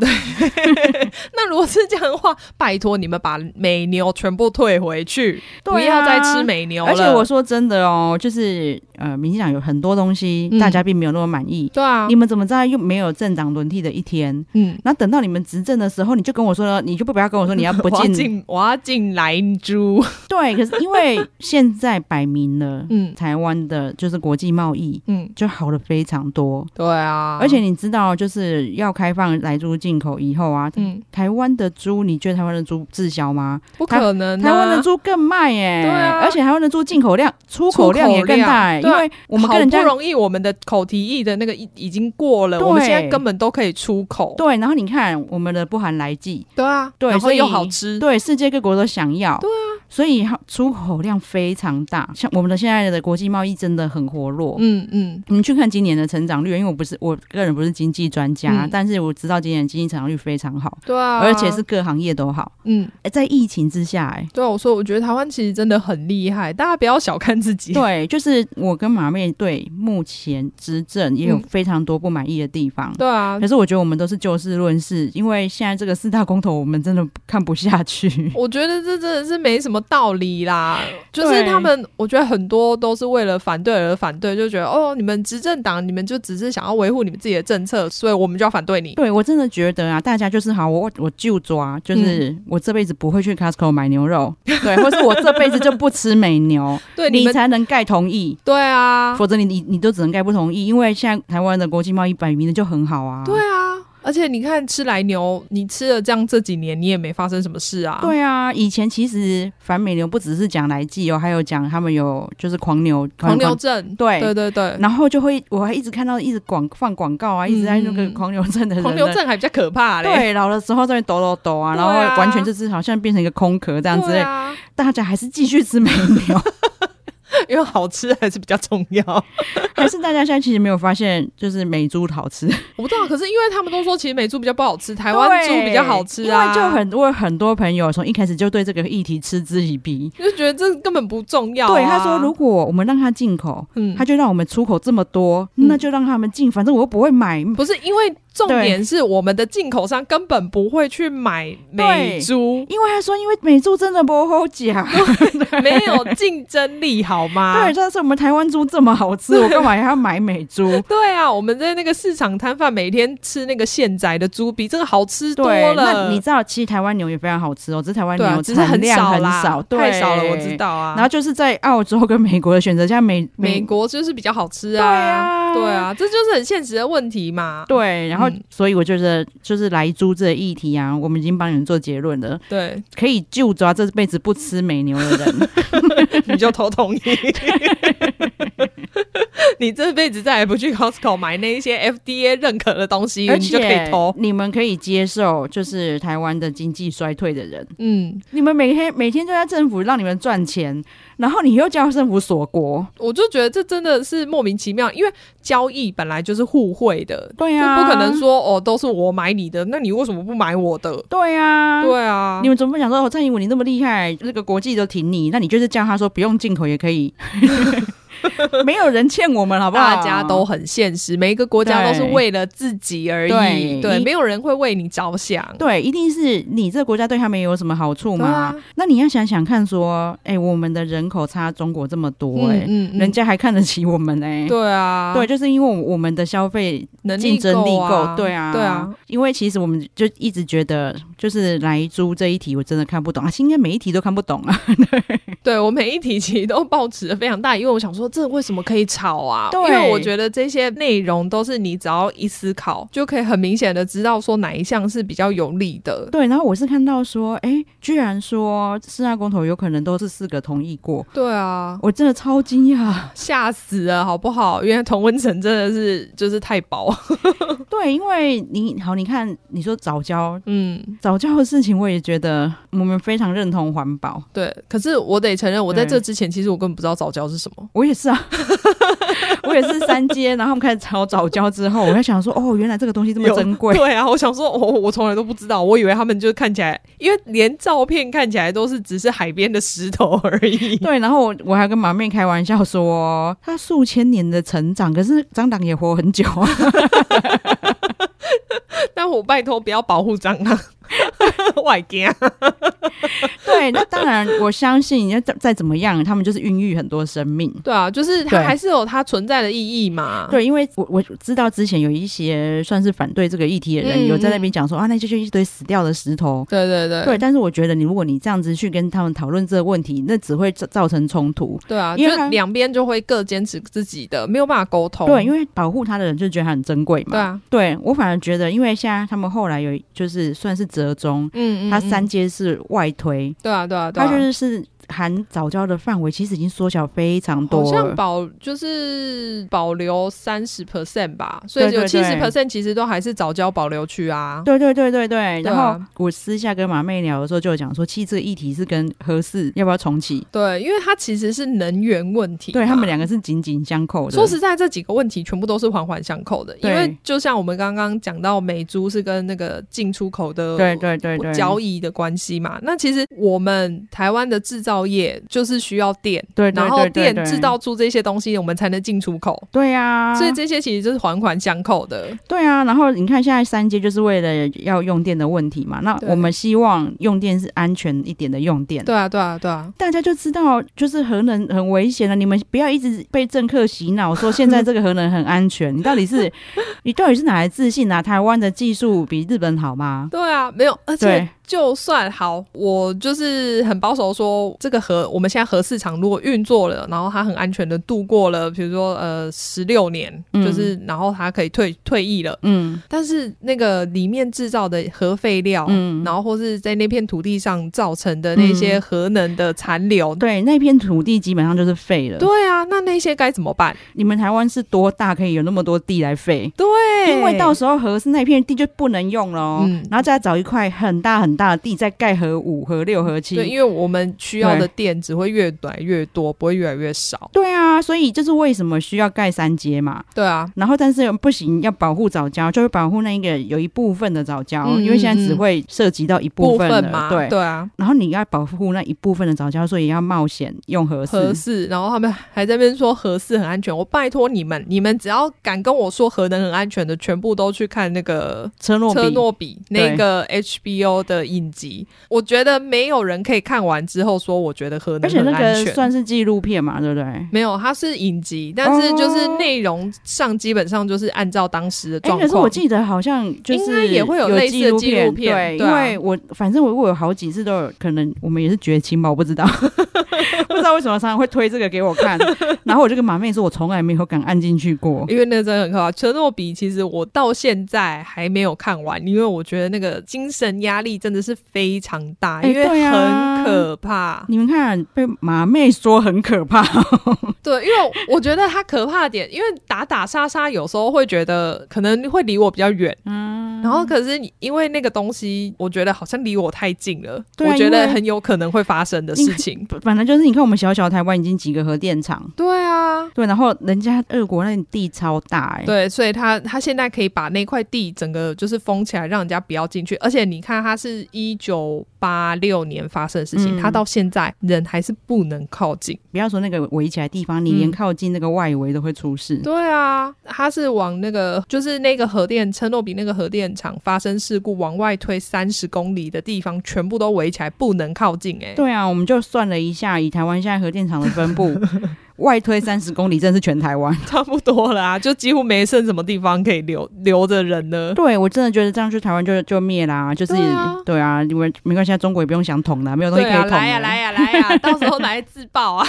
Speaker 2: 那如果是这样的话，拜托你们把美牛全部退回去，
Speaker 1: 对啊
Speaker 2: 不要再吃美牛了。
Speaker 1: 而且我说真的哦，就是呃，民进党有很多东西、
Speaker 2: 嗯
Speaker 1: 大家并没有那么满意，
Speaker 2: 对啊，
Speaker 1: 你们怎么知道又没有政党轮替的一天？
Speaker 2: 嗯，
Speaker 1: 那等到你们执政的时候，你就跟我说，你就不要跟我说你要不
Speaker 2: 我要
Speaker 1: 进
Speaker 2: 进，我要进来猪，
Speaker 1: 对，可是因为现在摆明了，
Speaker 2: 嗯
Speaker 1: 台湾的就是国际贸易
Speaker 2: 嗯，
Speaker 1: 就好了非常多。
Speaker 2: 对啊，
Speaker 1: 而且你知道，就是要开放来猪进口以后啊，
Speaker 2: 嗯，
Speaker 1: 台湾的猪，你觉得台湾的猪滞销吗？
Speaker 2: 不可能啊、
Speaker 1: 台湾的猪更卖耶、
Speaker 2: 对啊
Speaker 1: 而且台湾的猪进口量、出口量也更大、耶
Speaker 2: 出口量对啊
Speaker 1: 因为我们跟人家
Speaker 2: 好不容易，我们的口蹄疫的那个已已经过了，
Speaker 1: 对
Speaker 2: 我们现在根本都可以出口，
Speaker 1: 对，然后你看我们的不含来剂，
Speaker 2: 对啊，
Speaker 1: 对
Speaker 2: 然
Speaker 1: 所
Speaker 2: 后
Speaker 1: 以
Speaker 2: 又好吃，
Speaker 1: 对，世界各国都想要，对啊，所以它出口量非常大，像我们的现在的国际贸易真的很活络，
Speaker 2: 嗯嗯，
Speaker 1: 你去看今年的成长率，因为我不是我个人不是经济专家，
Speaker 2: 嗯
Speaker 1: 但是我知道今年经济成长率非常好，
Speaker 2: 对啊，
Speaker 1: 而且是各行业都好。
Speaker 2: 嗯。
Speaker 1: 诶在疫情之下、哎诶
Speaker 2: 对啊，我说我觉得台湾其实真的很厉害，大家不要小看自己。
Speaker 1: 对，就是我跟马妹对目前执政也有
Speaker 2: 嗯
Speaker 1: 非常多不满意的地方。
Speaker 2: 对啊
Speaker 1: 可，是我觉得我们都是就事论事，因为现在这个四大公投，我们真的看不下 去。
Speaker 2: 我觉得这真的是没什么道理 啦，就是
Speaker 1: 对
Speaker 2: 他们，我觉得很多都是为了反对而反对，就觉得哦，你们执政党，你们就只是想要维护你们自己的政策，所以我们就要反对你。
Speaker 1: 对我真的觉得啊，大家就是好，我我就抓，就是
Speaker 2: 嗯
Speaker 1: 我这辈子不会去 Costco 买牛肉，对，或是我这辈子就不吃美牛，
Speaker 2: 对你
Speaker 1: 你
Speaker 2: 们，
Speaker 1: 才能盖同意。
Speaker 2: 对啊，
Speaker 1: 否则你你你都只能盖不同意，因为现在台湾的国际贸易摆明的就很好啊。
Speaker 2: 对啊，而且你看吃来牛，你吃了这样这几年，你也没发生什么事啊。
Speaker 1: 对啊，以前其实反美牛不只是讲来记哦，还有讲他们有就是狂牛
Speaker 2: 狂牛症，
Speaker 1: 对
Speaker 2: 对对对，
Speaker 1: 然后就会我还一直看到一直广放广告啊，一直在那个
Speaker 2: 嗯
Speaker 1: 狂牛症的人呢
Speaker 2: 狂牛。症还比较可怕嘞。
Speaker 1: 对，老的时候在那边抖抖抖啊，
Speaker 2: 对
Speaker 1: 然
Speaker 2: 啊
Speaker 1: 后完全就是好像变成一个空壳这
Speaker 2: 这
Speaker 1: 样之类，
Speaker 2: 啊、
Speaker 1: 大家还是继续吃美牛。
Speaker 2: 因为好吃还是比较重要。
Speaker 1: 还是大家现在其实没有发现，就是美猪好吃，
Speaker 2: 我不知道，可是因为他们都说其实美猪比较不好吃， 台湾猪比较好吃啊，
Speaker 1: 因为就很多很多朋友从一开始就对这个议题嗤之以鼻。
Speaker 2: 就觉得这根本不重要啊、
Speaker 1: 对，他说如果我们让他进口，
Speaker 2: 嗯
Speaker 1: 他就让我们出口这么多，
Speaker 2: 嗯
Speaker 1: 那就让他们进，反正我又不会买。
Speaker 2: 不是因为重点是我们的进口商根本不会去买美猪，
Speaker 1: 因为他说，因为美猪真的不好假，
Speaker 2: 没有啊竞争力好吗
Speaker 1: 对，？但是我们台湾猪这么好 吃，我干嘛还要买美猪？
Speaker 2: 对啊，我们在那个市场摊贩每天吃那个现宰的猪，比这个好吃 多
Speaker 1: 对，那
Speaker 2: 了。
Speaker 1: 你知道，其实台湾牛也非常好吃哦，只是台湾
Speaker 2: 对啊
Speaker 1: 牛，
Speaker 2: 只是
Speaker 1: 产量
Speaker 2: 少
Speaker 1: 很
Speaker 2: 啦，
Speaker 1: 对，
Speaker 2: 太少了，我知。道啊。
Speaker 1: 然后就是在澳洲跟美国的选择下，美
Speaker 2: 美国就是比较好吃
Speaker 1: 对
Speaker 2: 啊，
Speaker 1: 啊，
Speaker 2: 对。啊，这就是很现实的问题嘛。
Speaker 1: 对，然后
Speaker 2: 嗯
Speaker 1: 所以我觉得就是来猪这个议题啊，我们已经帮你们做结论了，
Speaker 2: 对，
Speaker 1: 可以就抓这辈子不吃美牛的人。
Speaker 2: 你就头同意。你这辈子再也不去 Costco 买那一些 FDA 认可的东西，
Speaker 1: 而
Speaker 2: 你就可以
Speaker 1: 且
Speaker 2: 投。
Speaker 1: 你们可以接受，就是台湾的经济衰退的人，
Speaker 2: 嗯，
Speaker 1: 你们每天每天就在政府让你们赚钱，然后你又叫政府锁国，
Speaker 2: 我就觉得这真的是莫名其妙，因为交易本来就是互惠的，
Speaker 1: 对啊
Speaker 2: 就
Speaker 1: 呀、
Speaker 2: 不可能，说哦都是我买你的，那你为什么不买我的？
Speaker 1: 对呀、
Speaker 2: 对啊
Speaker 1: 你，们怎么不想说，哦，蔡英文你那么厉害，这个国际都挺你，那你就是叫他说不用进口也可 以，没有人欠我们，好不好？
Speaker 2: 大家都很现实，每一个国家都是为了自己而已，
Speaker 1: 对
Speaker 2: 对，
Speaker 1: 一
Speaker 2: 没有人会为你着想。
Speaker 1: 对，一定是你这个国家对他们有什么好处嘛？
Speaker 2: 对啊
Speaker 1: 那你要想想看，说，哎、我们的人口差中国这么多、哎、
Speaker 2: 嗯
Speaker 1: 人家还看得起我们呢、哎
Speaker 2: 对啊，
Speaker 1: 对，就是因为我我们的消费
Speaker 2: 能
Speaker 1: 竞争力
Speaker 2: 够
Speaker 1: 够
Speaker 2: 啊，，
Speaker 1: 对啊，
Speaker 2: 对啊，，
Speaker 1: 因为其实我们就一直觉得，就是来租这一题我真的看不懂啊，应该每一题都看不懂啊，
Speaker 2: 对我每一题其实都抱持了非常大疑问，我想说这为什么可以炒啊？
Speaker 1: 对
Speaker 2: 因为我觉得这些内容都是你只要一思考，就可以很明显的知道说哪一项是比较有利的。
Speaker 1: 对，然后我是看到说，哎，居然说四大公投有可能都是四个同意过，
Speaker 2: 对啊，
Speaker 1: 我真的超惊讶。
Speaker 2: 吓死了，好不好？原来同温层真的是就是太薄，啊
Speaker 1: 对，因为你好，你看你说早教。
Speaker 2: 嗯，
Speaker 1: 早教的事情，我也觉得我们非常认同环保。
Speaker 2: 对。可是我得承认，我在
Speaker 1: 对
Speaker 2: 这之前其实我根本不知道早教是什么。
Speaker 1: 我也是啊， 我也是三阶，然后他们开始炒早教之后，我在想说，哦，原来这个东西这么
Speaker 2: 有
Speaker 1: 珍贵。
Speaker 2: 对啊，我想说，我我从来都不知道，我以为他们就看起来，因为连照片看起来都是只是海边的石头而已。
Speaker 1: 对，然后我我还跟马妹开玩笑说， 她数千年的成长，可是蟑螂也活很久啊。
Speaker 2: 但我拜托不要保护 蟑螂，我会惊。
Speaker 1: 对，那当然，我相信，再再怎么样，他们就是孕育很多生命。
Speaker 2: 对啊，就是它
Speaker 1: 对
Speaker 2: 还是有它存在的意义嘛。
Speaker 1: 对，因为我我知道之前有一些算是反对这个议题的人，
Speaker 2: 嗯
Speaker 1: 有在那边讲说啊，那就是一堆死掉的石头。
Speaker 2: 对对对
Speaker 1: 对，但是我觉得你如果你这样子去跟他们讨论这个问题，那只会造造成冲突。
Speaker 2: 对啊，
Speaker 1: 因
Speaker 2: 就
Speaker 1: 为它
Speaker 2: 两边就会各坚持自己的，没有办法沟通。
Speaker 1: 对，因为保护它的人就觉得它很珍贵嘛。
Speaker 2: 哦对啊，
Speaker 1: 对我反而觉得，因为现在他们后来有就是算是折中，
Speaker 2: 嗯嗯，
Speaker 1: 它
Speaker 2: 嗯
Speaker 1: 三阶是外推，
Speaker 2: 对啊对啊对
Speaker 1: 它
Speaker 2: 啊，
Speaker 1: 就是是含早教的范围，其实已经缩小非常多
Speaker 2: 好
Speaker 1: 了。
Speaker 2: 像保就是保留三十 percent 吧，所以
Speaker 1: 对
Speaker 2: 有
Speaker 1: 对
Speaker 2: 七
Speaker 1: 对
Speaker 2: 十 percent 其实都还是早教保留区啊。
Speaker 1: 对对对对对，
Speaker 2: 对
Speaker 1: 然
Speaker 2: 啊
Speaker 1: 后我私下跟马妹聊的时候，就有讲说，其实这个议题是跟合适要不要重启，
Speaker 2: 对，因为它其实是能源问题嘛，
Speaker 1: 对他们两个是紧紧相扣的。
Speaker 2: 说实在，这几个问题全部都是环环相扣的，因
Speaker 1: 对
Speaker 2: 为就像我们刚刚讲到美猪是跟那个进出口的
Speaker 1: 对对对对，
Speaker 2: 交易的关系嘛，那其实我们台湾的制造业就是需要电，
Speaker 1: 对，对
Speaker 2: 然后
Speaker 1: 对对
Speaker 2: 电
Speaker 1: 对
Speaker 2: 制造出这些东西，我们才能进出口。
Speaker 1: 对啊，
Speaker 2: 所以这些其实就是环环相扣的，
Speaker 1: 对啊，然后你看现在三阶就是为了要用电的问题嘛，那
Speaker 2: 对
Speaker 1: 我们希望用电是安全一点的用电。
Speaker 2: 对啊，对啊，对啊，
Speaker 1: 大家就知道，就是核能很危险了。啊你们不要一直被政客洗脑， 说现在这个核能很安全。你到底是，你到底是哪来自信啊？台湾的技术比日本好吗？
Speaker 2: 对啊，没有，而且
Speaker 1: 对
Speaker 2: 就算好，我就是很保守地说，这个核我们现在核市场如果运作了，然后它很安全的度过了，比如说呃十六年，
Speaker 1: 嗯
Speaker 2: 就是然后它可以退退役了，
Speaker 1: 嗯
Speaker 2: 但是那个里面制造的核废料，
Speaker 1: 嗯，
Speaker 2: 然后或是在哦那片土地上造成的那些
Speaker 1: 嗯
Speaker 2: 核能的残留，
Speaker 1: 对，那片土地基本上就是废了。
Speaker 2: 对啊，那那些该怎么办？
Speaker 1: 你们台湾是多大，可以有那么多地来废？
Speaker 2: 对，
Speaker 1: 因为到时候核是那片地就不能用了哦，
Speaker 2: 嗯
Speaker 1: 然后再找一块很大很很大的地，再盖合五、合六、合七。
Speaker 2: 对，因为我们需要的店只会越来越多，不会越来越少。
Speaker 1: 对啊，所以这是为什么需要盖三阶嘛。
Speaker 2: 对啊，
Speaker 1: 然后，但是不行，要保护早教，就是保护那一个有一部分的早教，
Speaker 2: 嗯
Speaker 1: 因为现在只会涉及到一部
Speaker 2: 部
Speaker 1: 分了
Speaker 2: 分嘛，
Speaker 1: 对。
Speaker 2: 对啊，
Speaker 1: 然后你要保护那一部分的早教，所以要冒险用合适
Speaker 2: 合。适。然后他们还在那边说合适很安全，我拜托你们，你们只要敢跟我说核能很安全的，全部都去看那个
Speaker 1: 车诺比
Speaker 2: 车诺比
Speaker 1: 对
Speaker 2: 那个 HBO 的影集。我觉得没有人可以看完之后说我觉得核
Speaker 1: 而
Speaker 2: 能
Speaker 1: 且
Speaker 2: 很
Speaker 1: 那
Speaker 2: 安
Speaker 1: 个
Speaker 2: 全。
Speaker 1: 算是纪录片嘛，对不对？
Speaker 2: 没有，它是影集，但是就是内容上基本上就是按照当时的
Speaker 1: 哎、
Speaker 2: 状
Speaker 1: 可是我
Speaker 2: 况。
Speaker 1: 记得好像就是
Speaker 2: 应该也会有
Speaker 1: 有
Speaker 2: 类似的纪录片
Speaker 1: 对，
Speaker 2: 对啊
Speaker 1: 因为我反正我我有好几次都有，可能我们也是绝亲吧，我不知 道，不知道为什么常常会推这个给我看，然后我就跟马妹说，我从来没有敢按进去过。
Speaker 2: 因为那个真的很可怕，《车诺比》其实我到现在还没有看完，因为我觉得那个精神压力真的是非常大，
Speaker 1: 哎
Speaker 2: 因为
Speaker 1: 对啊
Speaker 2: 很可怕。
Speaker 1: 你们看，被马妹说很可怕，
Speaker 2: 对，因为我觉得它可怕的点，因为打打杀杀有时候会觉得可能会离我比较远，嗯，然后可是你因为那个东西，我觉得好像离我太近了，
Speaker 1: 对啊
Speaker 2: 我觉
Speaker 1: 因
Speaker 2: 得
Speaker 1: 为
Speaker 2: 很有可能会发生的事情。
Speaker 1: 反正就是你看我们小小台湾已经几个核电厂，
Speaker 2: 对啊，
Speaker 1: 对，然后人家俄国那地超大、哎，
Speaker 2: 对，所以他他现在可以把那块地整个就是封起来，让人家不要进去。而且你看，他是一九八六年发生的事情，
Speaker 1: 嗯
Speaker 2: 他到现在人还是不能靠近。
Speaker 1: 不要说那个围起来的地方，你连
Speaker 2: 嗯
Speaker 1: 靠近那个外围都会出事。
Speaker 2: 对啊，他是往那个就是那个核电车诺比那个核电厂发生事故往外推三十公里的地方，全部都围起来，不能靠近、欸。哎，
Speaker 1: 对啊，我们就算了一下，以台湾现在核电厂的分布，外推三十公里，真是全台 湾。
Speaker 2: 差不多了啊，就几乎没剩什么地方可以留留着人了。
Speaker 1: 对我真的觉得这样去台湾就就灭啦，就是
Speaker 2: 对啊
Speaker 1: 对啊，因为没关系，中国也不用想捅啦，没有东西
Speaker 2: 对
Speaker 1: 可以
Speaker 2: 啊，
Speaker 1: 捅。
Speaker 2: 来呀、来、呀、来 呀、到时候来自爆啊！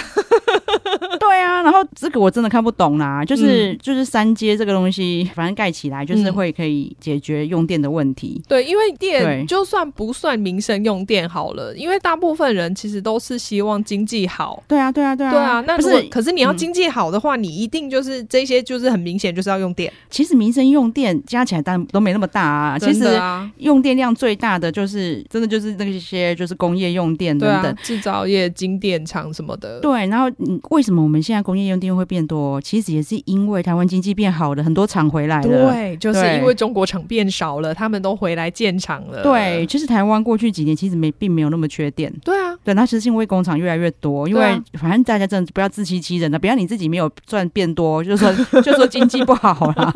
Speaker 1: 对啊，然后这个我真的看不懂
Speaker 2: 嗯
Speaker 1: 啦，就是、就是三阶这个东西，反正盖起来就是
Speaker 2: 嗯
Speaker 1: 会可以解决用电的问题。
Speaker 2: 对，因为电
Speaker 1: 对
Speaker 2: 就算不算民生用电好了，因为大部分人其实都是希望经济好。
Speaker 1: 对啊，对啊，对啊，
Speaker 2: 对啊，那
Speaker 1: 不
Speaker 2: 如果
Speaker 1: 是，
Speaker 2: 可是你要
Speaker 1: 嗯
Speaker 2: 经济好的话，你一定就是这些，就是很明显就是要用电。
Speaker 1: 其实民生用电加起来当然都没那么大啊，其
Speaker 2: 真
Speaker 1: 实
Speaker 2: 的啊，
Speaker 1: 用电量最大的就是真的就是那些就是工业用电
Speaker 2: 对
Speaker 1: 等等
Speaker 2: 啊，。制造业、金电厂什么的。
Speaker 1: 对，然后嗯，为什么我们现在工业用电会变多？其实也是因为台湾经济变好了，很多厂回来了。
Speaker 2: 对，就是
Speaker 1: 对
Speaker 2: 因为中国厂变少了，他们都回来建厂了。
Speaker 1: 对，其实台湾过去几年其实没并没有那么缺电。
Speaker 2: 对 啊，
Speaker 1: 对，那其实是因为工厂越来越多，因
Speaker 2: 对
Speaker 1: 为
Speaker 2: 啊
Speaker 1: 反正大家真的不要自欺欺人啊了，不要你自己没有赚变多，就说 就说经济不好啦。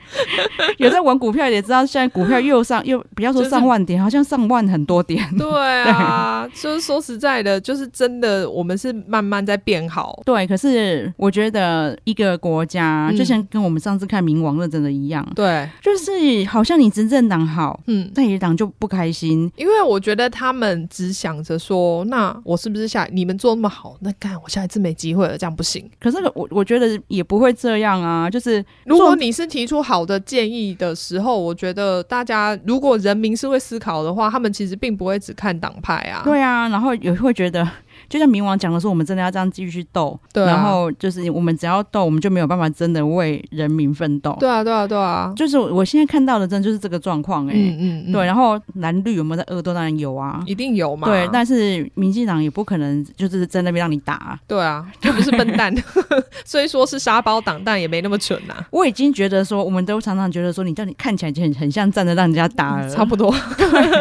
Speaker 1: 有在玩股票也知道，现在股票又上又不要说
Speaker 2: 就是
Speaker 1: 上万点，好像上万很多点。
Speaker 2: 对啊，就是说实在的，就是真的，我们是慢慢在变好。
Speaker 1: 对，可是我觉得一个国家，
Speaker 2: 嗯
Speaker 1: 就像跟我们上次看冥王论真的一样，
Speaker 2: 对，
Speaker 1: 就是好像你执政党好，
Speaker 2: 嗯，
Speaker 1: 在野党就不开心。
Speaker 2: 因为我觉得他们只想着说，那我是不是下你们做那么好，那干我下一次没机会了，这样不行。
Speaker 1: 可是我我觉得也不会这样啊，就是
Speaker 2: 如
Speaker 1: 做
Speaker 2: 果你是提出好的建议的时候，我觉得大家如果人民是会思考的话，他们其实并不会只看党派啊。
Speaker 1: 对啊，然后也会觉得，就像冥王讲的说，我们真的要这样继续斗，
Speaker 2: 对啊
Speaker 1: 然后就是我们只要斗，我们就没有办法真的为人民奋斗。
Speaker 2: 对啊，对啊，对啊。
Speaker 1: 就是我现在看到的，真的就是这个状况哎、
Speaker 2: 嗯嗯嗯，
Speaker 1: 对，，然后蓝绿有没有在恶斗？当然有啊。
Speaker 2: 一定有嘛。
Speaker 1: 对，但是民进党也不可能就是在那边让你打啊、
Speaker 2: 对 啊，又不是笨蛋，虽说是沙包党，但也没那么蠢啊呐、
Speaker 1: 我已经觉得说，我们都常常觉得说，你到底看起来已经很很像站着让人家打 了，
Speaker 2: 嗯差不多。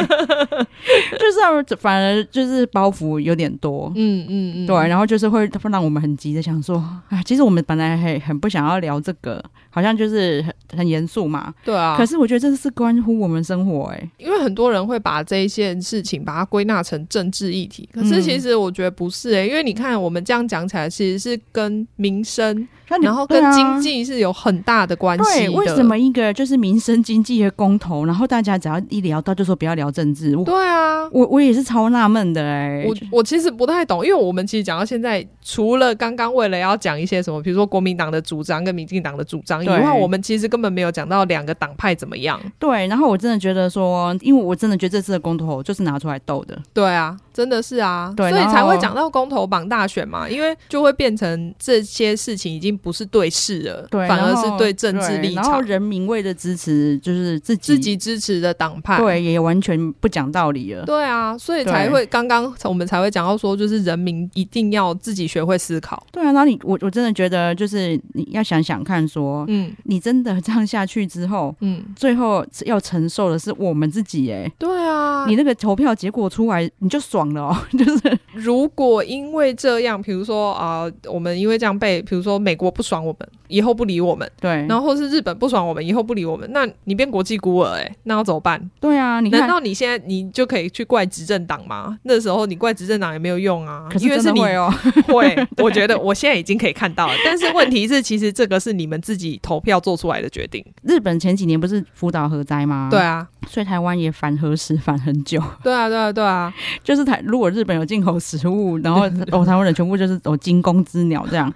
Speaker 1: 就是啊反而就是包袱有点多。
Speaker 2: 嗯嗯嗯，
Speaker 1: 对，然后就是会让我们很急的想说，啊，其实我们本来很很不想要聊这个，好像就是很很严肃嘛。
Speaker 2: 对啊。
Speaker 1: 可是我觉得这是关乎我们生活、哎，
Speaker 2: 因为很多人会把这一件事情把它归纳成政治议题，可是
Speaker 1: 嗯
Speaker 2: 其实我觉得不是欸诶、因为你看我们这样讲起来，其实是跟民生，
Speaker 1: 那你
Speaker 2: 然后
Speaker 1: 对
Speaker 2: 跟
Speaker 1: 啊
Speaker 2: 经济是有很大的关系
Speaker 1: 对，
Speaker 2: 的。
Speaker 1: 为什？么一个就是民生经济的公投，然后大家只要一聊到就说不要聊政治，我
Speaker 2: 对啊，
Speaker 1: 我我也是超纳闷的、哎
Speaker 2: 我，我其实不太懂，因为我们其实讲到现在，除了刚刚为了要讲一些什么，比如说国民党的主张跟民进党的主张以
Speaker 1: 对
Speaker 2: 外，我们其实根本没有讲到两个党派怎么样。
Speaker 1: 对，然后我真的觉得说，因为我真的觉得这次的公投就是拿出来斗的，
Speaker 2: 对啊，真的是啊，
Speaker 1: 对
Speaker 2: 所以
Speaker 1: 然后
Speaker 2: 才会讲到公投榜大选嘛，因为就会变成这些事情已经不是对事了，
Speaker 1: 对，
Speaker 2: 反而
Speaker 1: 然
Speaker 2: 是
Speaker 1: 后
Speaker 2: 对政治立
Speaker 1: 然后
Speaker 2: 场，
Speaker 1: 人民为了支持，就是自己
Speaker 2: 自己支持的党派。
Speaker 1: 对也完全不讲道理了。
Speaker 2: 对啊，所以才
Speaker 1: 对
Speaker 2: 会刚刚我们才会讲到说，就是人民一定要自己学会思考。
Speaker 1: 对啊，然后你我我真的觉得就是你要想想看说，
Speaker 2: 嗯
Speaker 1: 你真的这样下去之后，
Speaker 2: 嗯，
Speaker 1: 最后要承受的是我们自己哎、
Speaker 2: 对啊，
Speaker 1: 你那个投票结果出来，你就爽了哦， 就是
Speaker 2: 如果因为这样，比如说啊、我们因为这样被，比如说美国不爽我们，以后不理我们，
Speaker 1: 对，
Speaker 2: 然后或是日本不爽我们，以后不理我们，那你变国际孤儿哎、那要怎么办？
Speaker 1: 对啊，你
Speaker 2: 难
Speaker 1: 看，
Speaker 2: 道你现在你就可以去怪执政党吗？那时候你怪执政党也没有用啊，
Speaker 1: 可是
Speaker 2: 因为
Speaker 1: 真
Speaker 2: 是
Speaker 1: 的
Speaker 2: 你
Speaker 1: 会哦，
Speaker 2: 会，我觉得我现在已经可以看到了。但是问题是，其实这个是你们自己投票做出来的决定。
Speaker 1: 日本前几年不是福岛核灾吗？
Speaker 2: 对，啊，
Speaker 1: 所以台湾也反核食反很久，
Speaker 2: 对啊，对啊，对啊，
Speaker 1: 就是台如果日本有进口食物，然 后我台湾人全部就是有惊弓之鸟这样，
Speaker 2: 啊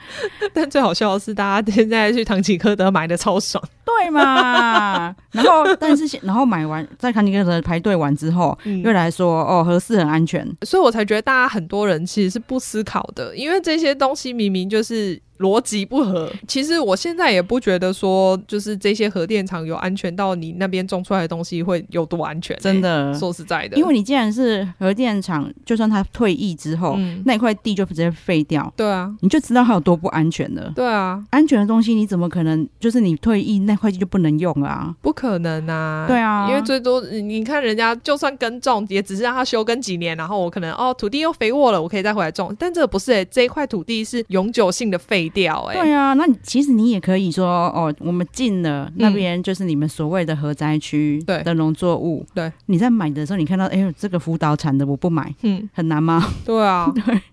Speaker 2: 但最好笑的是，大家现在去唐吉诃德买的超爽。
Speaker 1: 对嘛？ 然后但是现然后买完在康尼克德排队完之后，
Speaker 2: 嗯
Speaker 1: 又来说哦核四很安全，
Speaker 2: 所以我才觉得大家很多人其实是不思考的，因为这些东西明明就是逻辑不合。其实我现在也不觉得说，就是这些核电厂有安全到你那边种出来的东西会有多安全、欸
Speaker 1: 真、的，
Speaker 2: 说实在的，
Speaker 1: 因为你既然是核电厂，就算它退役之后，
Speaker 2: 嗯，
Speaker 1: 那一块地就直接废掉，
Speaker 2: 对啊，
Speaker 1: 你就知道它有多不安全了。
Speaker 2: 对啊，
Speaker 1: 安全的东西你怎么可能就是你退役那块地就不能用了啊？
Speaker 2: 不可能啊，
Speaker 1: 对。啊，
Speaker 2: 因为最多你你看人家就算耕种，也只是让它休耕几年，然后我可能哦土地又肥沃了，我可以再回来种。但这不是、欸、这一块土地是永久性的废掉、欸，
Speaker 1: 对啊，那你其实你也可以说哦，我们进了那边就是你们所谓的核灾区
Speaker 2: 对
Speaker 1: 的农作物，
Speaker 2: 对
Speaker 1: 你在买的时候你看到哎呦这个福岛产的我不买，
Speaker 2: 嗯，
Speaker 1: 很难吗？
Speaker 2: 对啊，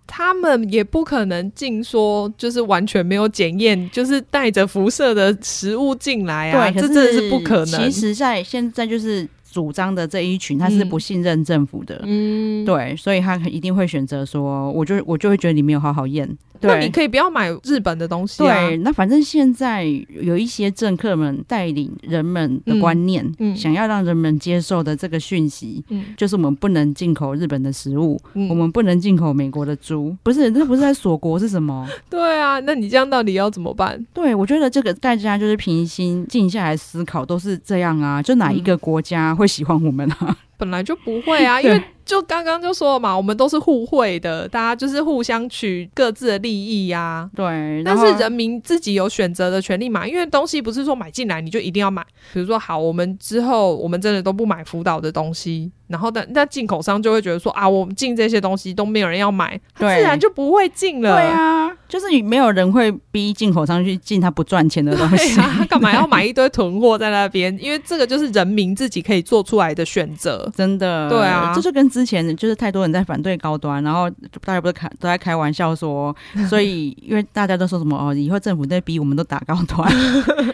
Speaker 2: 他们也不可能进说就是完全没有检验，就是带着辐射的食物进来啊，
Speaker 1: 可
Speaker 2: 这真的是不可能。
Speaker 1: 其实，在现在就是主张的这一群他是
Speaker 2: 嗯
Speaker 1: 不信任政府的，
Speaker 2: 嗯，
Speaker 1: 对，所以他一定会选择说，我就我就会觉得你没有好好验。
Speaker 2: 那你
Speaker 1: 对。
Speaker 2: 可以不要买日本的东西啊
Speaker 1: 对，。那反正现在有一些政客们带领人们的观念，
Speaker 2: 嗯嗯
Speaker 1: 想要让人们接受的这个讯息，
Speaker 2: 嗯
Speaker 1: 就是我们不能进口日本的食物，
Speaker 2: 嗯
Speaker 1: 我们不能进口美国的猪。不是，那不是在锁国是什 么？
Speaker 2: 对啊，那你这样到底要怎么办？
Speaker 1: 对，我觉得这个大家就是平心静下来思考，都是这样啊。就哪一
Speaker 2: 嗯
Speaker 1: 个国家会喜欢我们 啊？
Speaker 2: 本来就不会啊，因
Speaker 1: 对
Speaker 2: 为就刚刚就说了嘛，我们都是互惠的，大家就是互相取各自的利益啊呀、
Speaker 1: 对，
Speaker 2: 但
Speaker 1: 然后
Speaker 2: 是人民自己有选择的权利嘛，因为东西不是说买进来你就一定要买。比如说，好，我们之后我们真的都不买福岛的东西，然后但那进口商就会觉得说啊，我们进这些东西都没有人要买，他
Speaker 1: 对
Speaker 2: 自然就不会进了。
Speaker 1: 对啊，就是你没有人会逼进口商去进他不赚钱的东
Speaker 2: 对
Speaker 1: 西。
Speaker 2: 啊， 他干嘛要买一堆囤货在那边？因为这个就是人民自己可以做出来的选择。
Speaker 1: 真的，
Speaker 2: 对啊
Speaker 1: 这就跟之前就是太多人在反对高端，然后大家不是开都在开玩笑 说，所以因为大家都说什么哦，以后政府在逼我们都打高 端，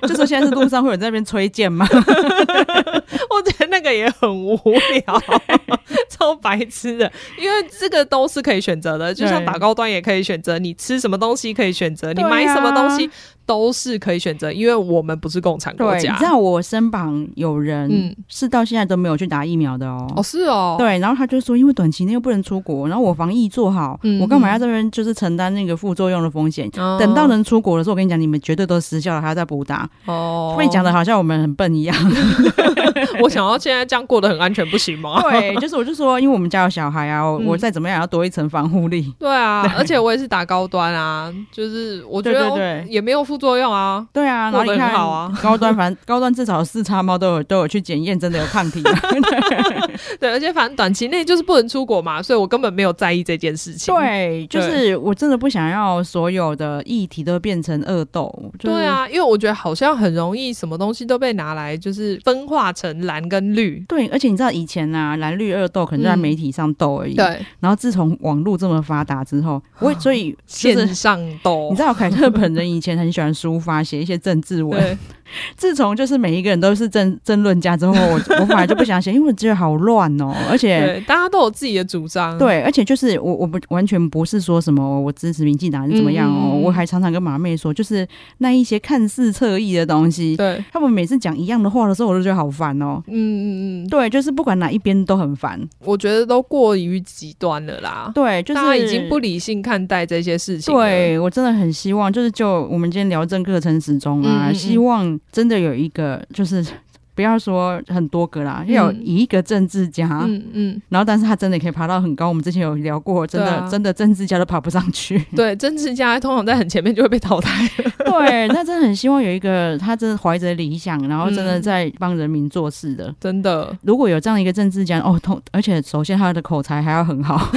Speaker 1: 就说现在是路上会有人在那边吹剑吗？
Speaker 2: 我觉得那个也很无聊，超白痴的。因为这个都是可以选择的，就像
Speaker 1: 对
Speaker 2: 打高端也可以选择，你吃什么东西可以选择，你
Speaker 1: 对啊
Speaker 2: 买什么东西都是可以选择。因为我们不是共产国
Speaker 1: 你
Speaker 2: 家
Speaker 1: 知，道我身旁有人
Speaker 2: 啊嗯
Speaker 1: 是到现在都没有去打疫苗的哦。
Speaker 2: 哦，是哦，
Speaker 1: 对，然后他就说，因为短期内又不能出国，然后我防疫做好，
Speaker 2: 嗯
Speaker 1: 我干嘛要这边就是承担那个副作用的风险？
Speaker 2: 哦
Speaker 1: 等到能出国的时候，我跟你讲，你们绝对都失效了，还要再补打。
Speaker 2: 哦，
Speaker 1: 被讲的好像我们很笨一样。
Speaker 2: 我想要现在这样过得很安全，不行 吗？
Speaker 1: 对，就是我就说，因为我们家有小孩啊，我
Speaker 2: 嗯
Speaker 1: 我再怎么样也要多一层防护力。
Speaker 2: 对啊，而且我也是打高端啊，就是我觉
Speaker 1: 对对
Speaker 2: 得
Speaker 1: 对
Speaker 2: 也没有副作用啊。
Speaker 1: 对啊，然
Speaker 2: 做
Speaker 1: 后
Speaker 2: 得
Speaker 1: 你看
Speaker 2: 很好啊
Speaker 1: 高端，反正高端至少四叉猫都有都有去检验，真的有抗 体、啊。
Speaker 2: 对，而且反正短期内就是不能出国嘛，所以我根本没有在意这件事情。
Speaker 1: 对，就是我真的不想要所有的议题都变成恶斗。就是、
Speaker 2: 对，啊，因为我觉得好像很容易什么东西都被拿来就是分化成蓝跟绿。
Speaker 1: 对，而且你知道以前啊，蓝绿恶斗可能就在
Speaker 2: 嗯
Speaker 1: 媒体上斗而已。。
Speaker 2: 对，
Speaker 1: 然后自从网络这么发达之后，我 所以就是
Speaker 2: 线上斗
Speaker 1: 你知。道凯特本人以前很喜欢抒发，写一些政治文。
Speaker 2: 对，
Speaker 1: 自从就是每一个人都是政政论家之后，我我反而就不想写，因为我觉得好乱哦，而且
Speaker 2: 对，大家都有自己的主张。，
Speaker 1: 对，而且就是我我不完全不是说什么我支持民进党是怎么样哦，
Speaker 2: 嗯
Speaker 1: 我还常常跟马妹说，就是那一些看似侧翼的东西，
Speaker 2: 对，
Speaker 1: 他们每次讲一样的话的时候，我就觉得好烦哦。
Speaker 2: 嗯嗯嗯，
Speaker 1: 对，就是不管哪一边都很烦。
Speaker 2: 我觉得都过于极端了啦。
Speaker 1: 对，就是
Speaker 2: 大家已经不理性看待这些事情了。
Speaker 1: 对我真的很希望，就是就我们今天聊政课程始终啊，
Speaker 2: 嗯嗯嗯
Speaker 1: 希望真的有一个就是。 不要说很多个啦，要有
Speaker 2: 嗯
Speaker 1: 一个政治家，
Speaker 2: 嗯嗯，
Speaker 1: 然后但是他真的可以爬到很高。我们之前有聊过，真的、
Speaker 2: 对啊
Speaker 1: 真的政治家都爬不上 去。
Speaker 2: 对，政治家通常在很前面就会被淘汰。
Speaker 1: 对，他真的很希望有一个他真的怀着理想，然后真的
Speaker 2: 嗯
Speaker 1: 在帮人民做事的。
Speaker 2: 真的，
Speaker 1: 如果有这样一个政治家，哦，通而且首先他的口才还要很 好。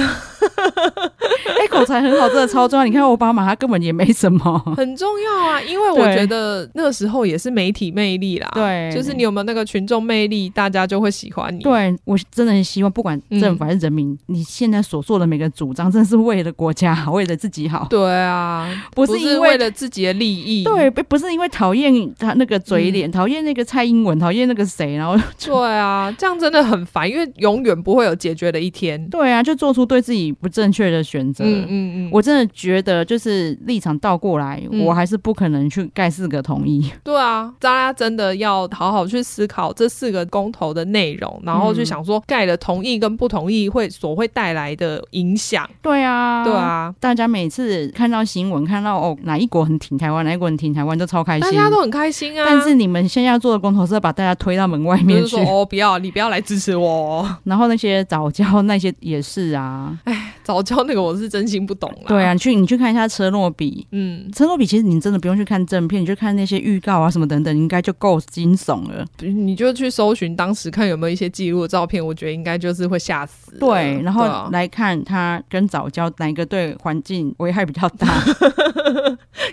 Speaker 1: 哎、口才很好，真的超重要。你看奥巴马，他根本也没什么。
Speaker 2: 很重要啊，因为我
Speaker 1: 对
Speaker 2: 觉得那个时候也是媒体魅力啦，
Speaker 1: 对
Speaker 2: 就是你有没有那个群众魅力，大家就会喜欢你。
Speaker 1: 对我真的很希望，不管政府还是人民，你现在所做的每个主张，真的是为了国家好，为了自己好，
Speaker 2: 对啊，
Speaker 1: 不
Speaker 2: 不
Speaker 1: 是因
Speaker 2: 为
Speaker 1: 为。
Speaker 2: 了自己的利益，
Speaker 1: 对，不不是因为讨厌他那个嘴
Speaker 2: 嗯
Speaker 1: 脸，讨厌那个蔡英文，讨厌那个谁，然后
Speaker 2: 对啊，这样真的很烦，因为永远不会有解决的一天。
Speaker 1: 对啊，就做出对自己不正确的选择。
Speaker 2: 嗯嗯嗯，
Speaker 1: 我真的觉得，就是立场倒过来，
Speaker 2: 嗯
Speaker 1: 我还是不可能去盖四个同 意。
Speaker 2: 对啊，大家真的要好好去思考这四个公投的内容，然
Speaker 1: 嗯
Speaker 2: 后去想说盖了同意跟不同意会所会带来的影响。
Speaker 1: 对啊，
Speaker 2: 对。啊，
Speaker 1: 大家每次看到新闻，看到哦哪一国很挺台湾，哪一国很挺台湾，都超开
Speaker 2: 大
Speaker 1: 心。
Speaker 2: 家都很开心啊。
Speaker 1: 但是你们现在要做的公投是要把大家推到门外
Speaker 2: 就
Speaker 1: 面
Speaker 2: 是
Speaker 1: 去
Speaker 2: 说，哦，不要，你不要来支持我 哦。
Speaker 1: 然后那些早教那些也是啊。
Speaker 2: 早教那个我是真心不懂啦。
Speaker 1: 对啊，，你去你去看一下车诺比。
Speaker 2: 嗯，
Speaker 1: 车诺比其实你真的不用去看正片，你就看那些预告啊什么等等，应该就够惊悚了。
Speaker 2: 你就去搜寻当时看有没有一些记录的照片，我觉得应该就是会吓死了。
Speaker 1: 对，然后
Speaker 2: 啊
Speaker 1: 来看它跟早教哪一个对环境危害比较大。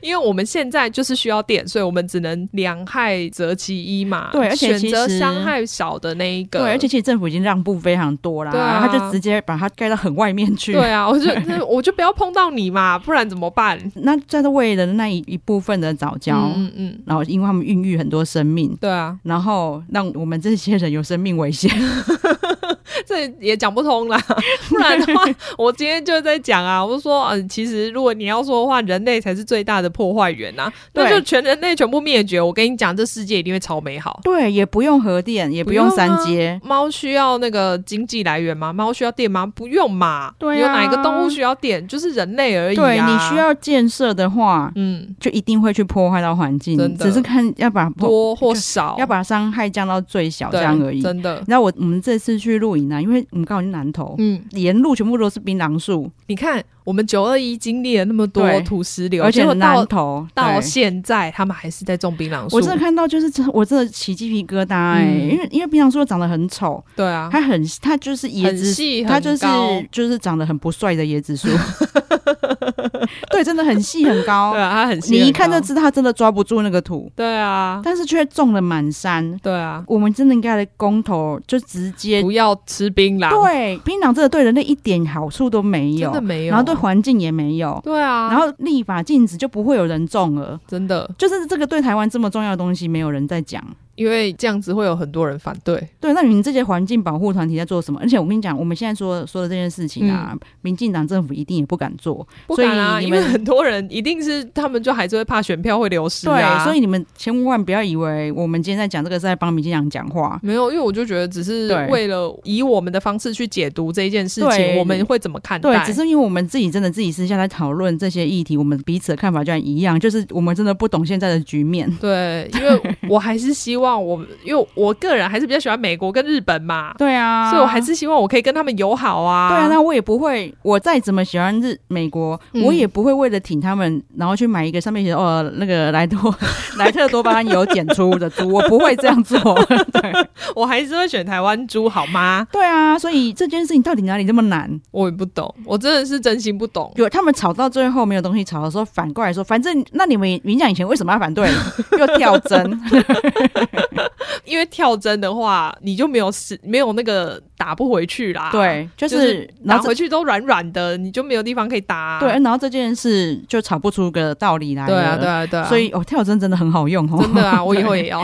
Speaker 2: 因为我们现在就是需要电，所以我们只能两害择其一嘛。
Speaker 1: 对而且其
Speaker 2: 选
Speaker 1: 实
Speaker 2: 择伤害少的那一 个。
Speaker 1: 对，而且其实政府已经让步非常多啦，
Speaker 2: 对啊
Speaker 1: 他就直接把它盖到很外面去。
Speaker 2: 对啊，我就 那我就不要碰到你嘛，不然怎么办？
Speaker 1: 那在这为了那一一部分的早教，
Speaker 2: 嗯嗯，
Speaker 1: 然后因为他们孕育很多生命，
Speaker 2: 对啊，
Speaker 1: 然后让我们这些人有生命危险。
Speaker 2: 这也讲不通 啦。不然的话，我今天就在讲啊，我就说，嗯、其实如果你要说的话，人类才是最大的破坏源呐、那
Speaker 1: 对
Speaker 2: 就全人类全部灭绝。我跟你讲，这世界一定会超美好。
Speaker 1: 对，也不用核电，也不
Speaker 2: 不用
Speaker 1: 用
Speaker 2: 啊
Speaker 1: 三阶。
Speaker 2: 猫需要那个经济来源吗？猫需要电吗？不用嘛。
Speaker 1: 对啊
Speaker 2: 有哪一个动物需要电？就是人类而已、啊。
Speaker 1: 对你需，要建设的话，
Speaker 2: 嗯，
Speaker 1: 就一定会去破坏到环境
Speaker 2: 真，的
Speaker 1: 只是看要把
Speaker 2: 多或少，
Speaker 1: 要把伤害降到最小
Speaker 2: 对
Speaker 1: 这样而已。
Speaker 2: 真的
Speaker 1: 你，知道我我们这次去露营啊，因为我们刚好去南投，
Speaker 2: 嗯，
Speaker 1: 沿路全部都是槟榔树，
Speaker 2: 你看我们九二一经历了那么
Speaker 1: 对
Speaker 2: 多土石流，
Speaker 1: 而且
Speaker 2: 结果到
Speaker 1: 南投
Speaker 2: 到
Speaker 1: 对
Speaker 2: 现在，他们还是在种槟榔树。
Speaker 1: 我真的看到就是真，我真的起鸡皮疙瘩哎、
Speaker 2: 嗯
Speaker 1: 因为因为槟榔树长得很丑，
Speaker 2: 对啊，
Speaker 1: 它很它就是椰
Speaker 2: 很
Speaker 1: 子，
Speaker 2: 细，
Speaker 1: 它
Speaker 2: 很
Speaker 1: 就是
Speaker 2: 高
Speaker 1: 就是长得很不帅的椰子 树，对，真的很细很高
Speaker 2: 对，啊，它很
Speaker 1: 哦
Speaker 2: 细，
Speaker 1: 你一
Speaker 2: 很
Speaker 1: 看就
Speaker 2: 高
Speaker 1: 知道它真的抓不住那个土，
Speaker 2: 对啊，
Speaker 1: 但是却种了满山。
Speaker 2: 对啊，
Speaker 1: 我们真的应该来公投，就直接
Speaker 2: 不要吃槟榔，
Speaker 1: 对槟榔真的对人类一点好处都没有
Speaker 2: 真的，没有，
Speaker 1: 然后对环境也没有，
Speaker 2: 对啊，
Speaker 1: 然后立法禁止就不会有人种了。
Speaker 2: 真的，
Speaker 1: 就是这个对台湾这么重要的东西，没有人在讲。
Speaker 2: 因为这样子会有很多人反对，
Speaker 1: 对，那你们这些环境保护团体在做什么？而且我跟你讲，我们现在说说的这件事情
Speaker 2: 嗯
Speaker 1: 啊，民进党政府一定也不敢做，
Speaker 2: 不
Speaker 1: 所以
Speaker 2: 敢啊，
Speaker 1: 你
Speaker 2: 因为
Speaker 1: 们。
Speaker 2: 很多人一定是他们就还是会怕选票会流失啊，
Speaker 1: 对，所以你们千万不要以为我们今天在讲这个是在帮民进党讲话。
Speaker 2: 没有，因为我就觉得只是
Speaker 1: 对
Speaker 2: 为了以我们的方式去解读这一件事
Speaker 1: 对
Speaker 2: 情，我们会怎么看
Speaker 1: 对
Speaker 2: 待，？
Speaker 1: 只是因为我们自己真的自己私下在讨论这些议题，我们彼此的看法居然一样，就是我们真的不懂现在的局面。
Speaker 2: 对，因为我还是希望我，因为我个人还是比较喜欢美国跟日本嘛，
Speaker 1: 对啊，
Speaker 2: 所以我还是希望我可以跟他们友好啊。
Speaker 1: 对啊，那我也不会，我再怎么喜欢日美国，
Speaker 2: 嗯
Speaker 1: 我也不会为了挺他们，然后去买一个上面写着哦那个莱多 莱特多巴胺有检出的猪，我不会这样做。
Speaker 2: 我还是会选台湾猪好吗？
Speaker 1: 对啊，所以这件事情到底哪里这么难？
Speaker 2: 我也不懂，我真的是真心不懂。
Speaker 1: 有他们吵到最后没有东西 吵的时候，反过来说，反正那你们民讲以前为什么要反对？又跳针，
Speaker 2: 因为跳针的话，你就没有死，没有那个打不回去啦。
Speaker 1: 对，就
Speaker 2: 就是是
Speaker 1: 然
Speaker 2: 打
Speaker 1: 后这
Speaker 2: 回去都软软的，你就没有地方可以打啊、
Speaker 1: 对，然后这件事就吵不出个道理来了。
Speaker 2: 对啊，对啊，对啊，
Speaker 1: 所以哦，跳针真的很好用哦，
Speaker 2: 真 的啊，我以后也要，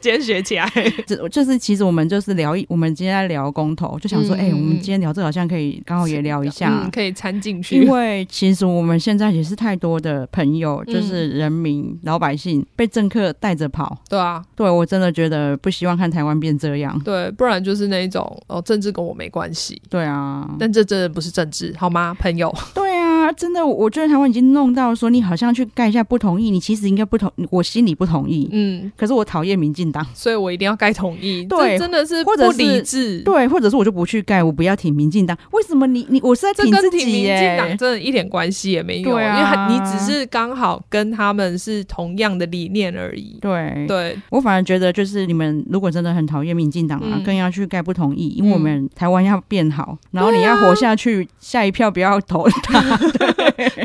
Speaker 2: 今天学起来。
Speaker 1: 这就是其实我们就是聊一，我们今天在聊公投，就想说，
Speaker 2: 嗯
Speaker 1: 哎、我们
Speaker 2: 嗯
Speaker 1: 今天聊这个好像可以刚哦好也聊一下。
Speaker 2: 嗯，可以掺进去
Speaker 1: 因。为其实我们现在也是太多的朋友，
Speaker 2: 嗯
Speaker 1: 就是人民、老百姓被政客带着跑。
Speaker 2: 对啊，
Speaker 1: 对我真的觉得不希望看台湾变这样。
Speaker 2: 对，不然就是那一种哦，政治跟我没关系，
Speaker 1: 对啊，
Speaker 2: 但这真的不是政治，好吗，朋友？
Speaker 1: 对啊，真的，我觉得台湾已经弄到说，你好像去盖一下不同意，你其实应该不同，我心里不同意，
Speaker 2: 嗯，
Speaker 1: 可是我讨厌民进党，
Speaker 2: 所以我一定要该同意。
Speaker 1: 对
Speaker 2: 这真的是
Speaker 1: 或者
Speaker 2: 不
Speaker 1: 是
Speaker 2: 理智。
Speaker 1: 对，或者是我就不去盖，我不要挺民进党。为什么你你我是在
Speaker 2: 这
Speaker 1: 挺
Speaker 2: 跟
Speaker 1: 自
Speaker 2: 挺
Speaker 1: 己
Speaker 2: 民
Speaker 1: 耶、
Speaker 2: 进党真的一点关系也没有，
Speaker 1: 对啊
Speaker 2: 因为他你只是刚好跟他们是同样的理念而已。
Speaker 1: 对，
Speaker 2: 对，
Speaker 1: 我反而觉得就是你们如果真的很讨厌民进党啊，
Speaker 2: 嗯
Speaker 1: 更要去盖不同意，因为我们台湾要变好，然后你要活下去，下一票不要投他。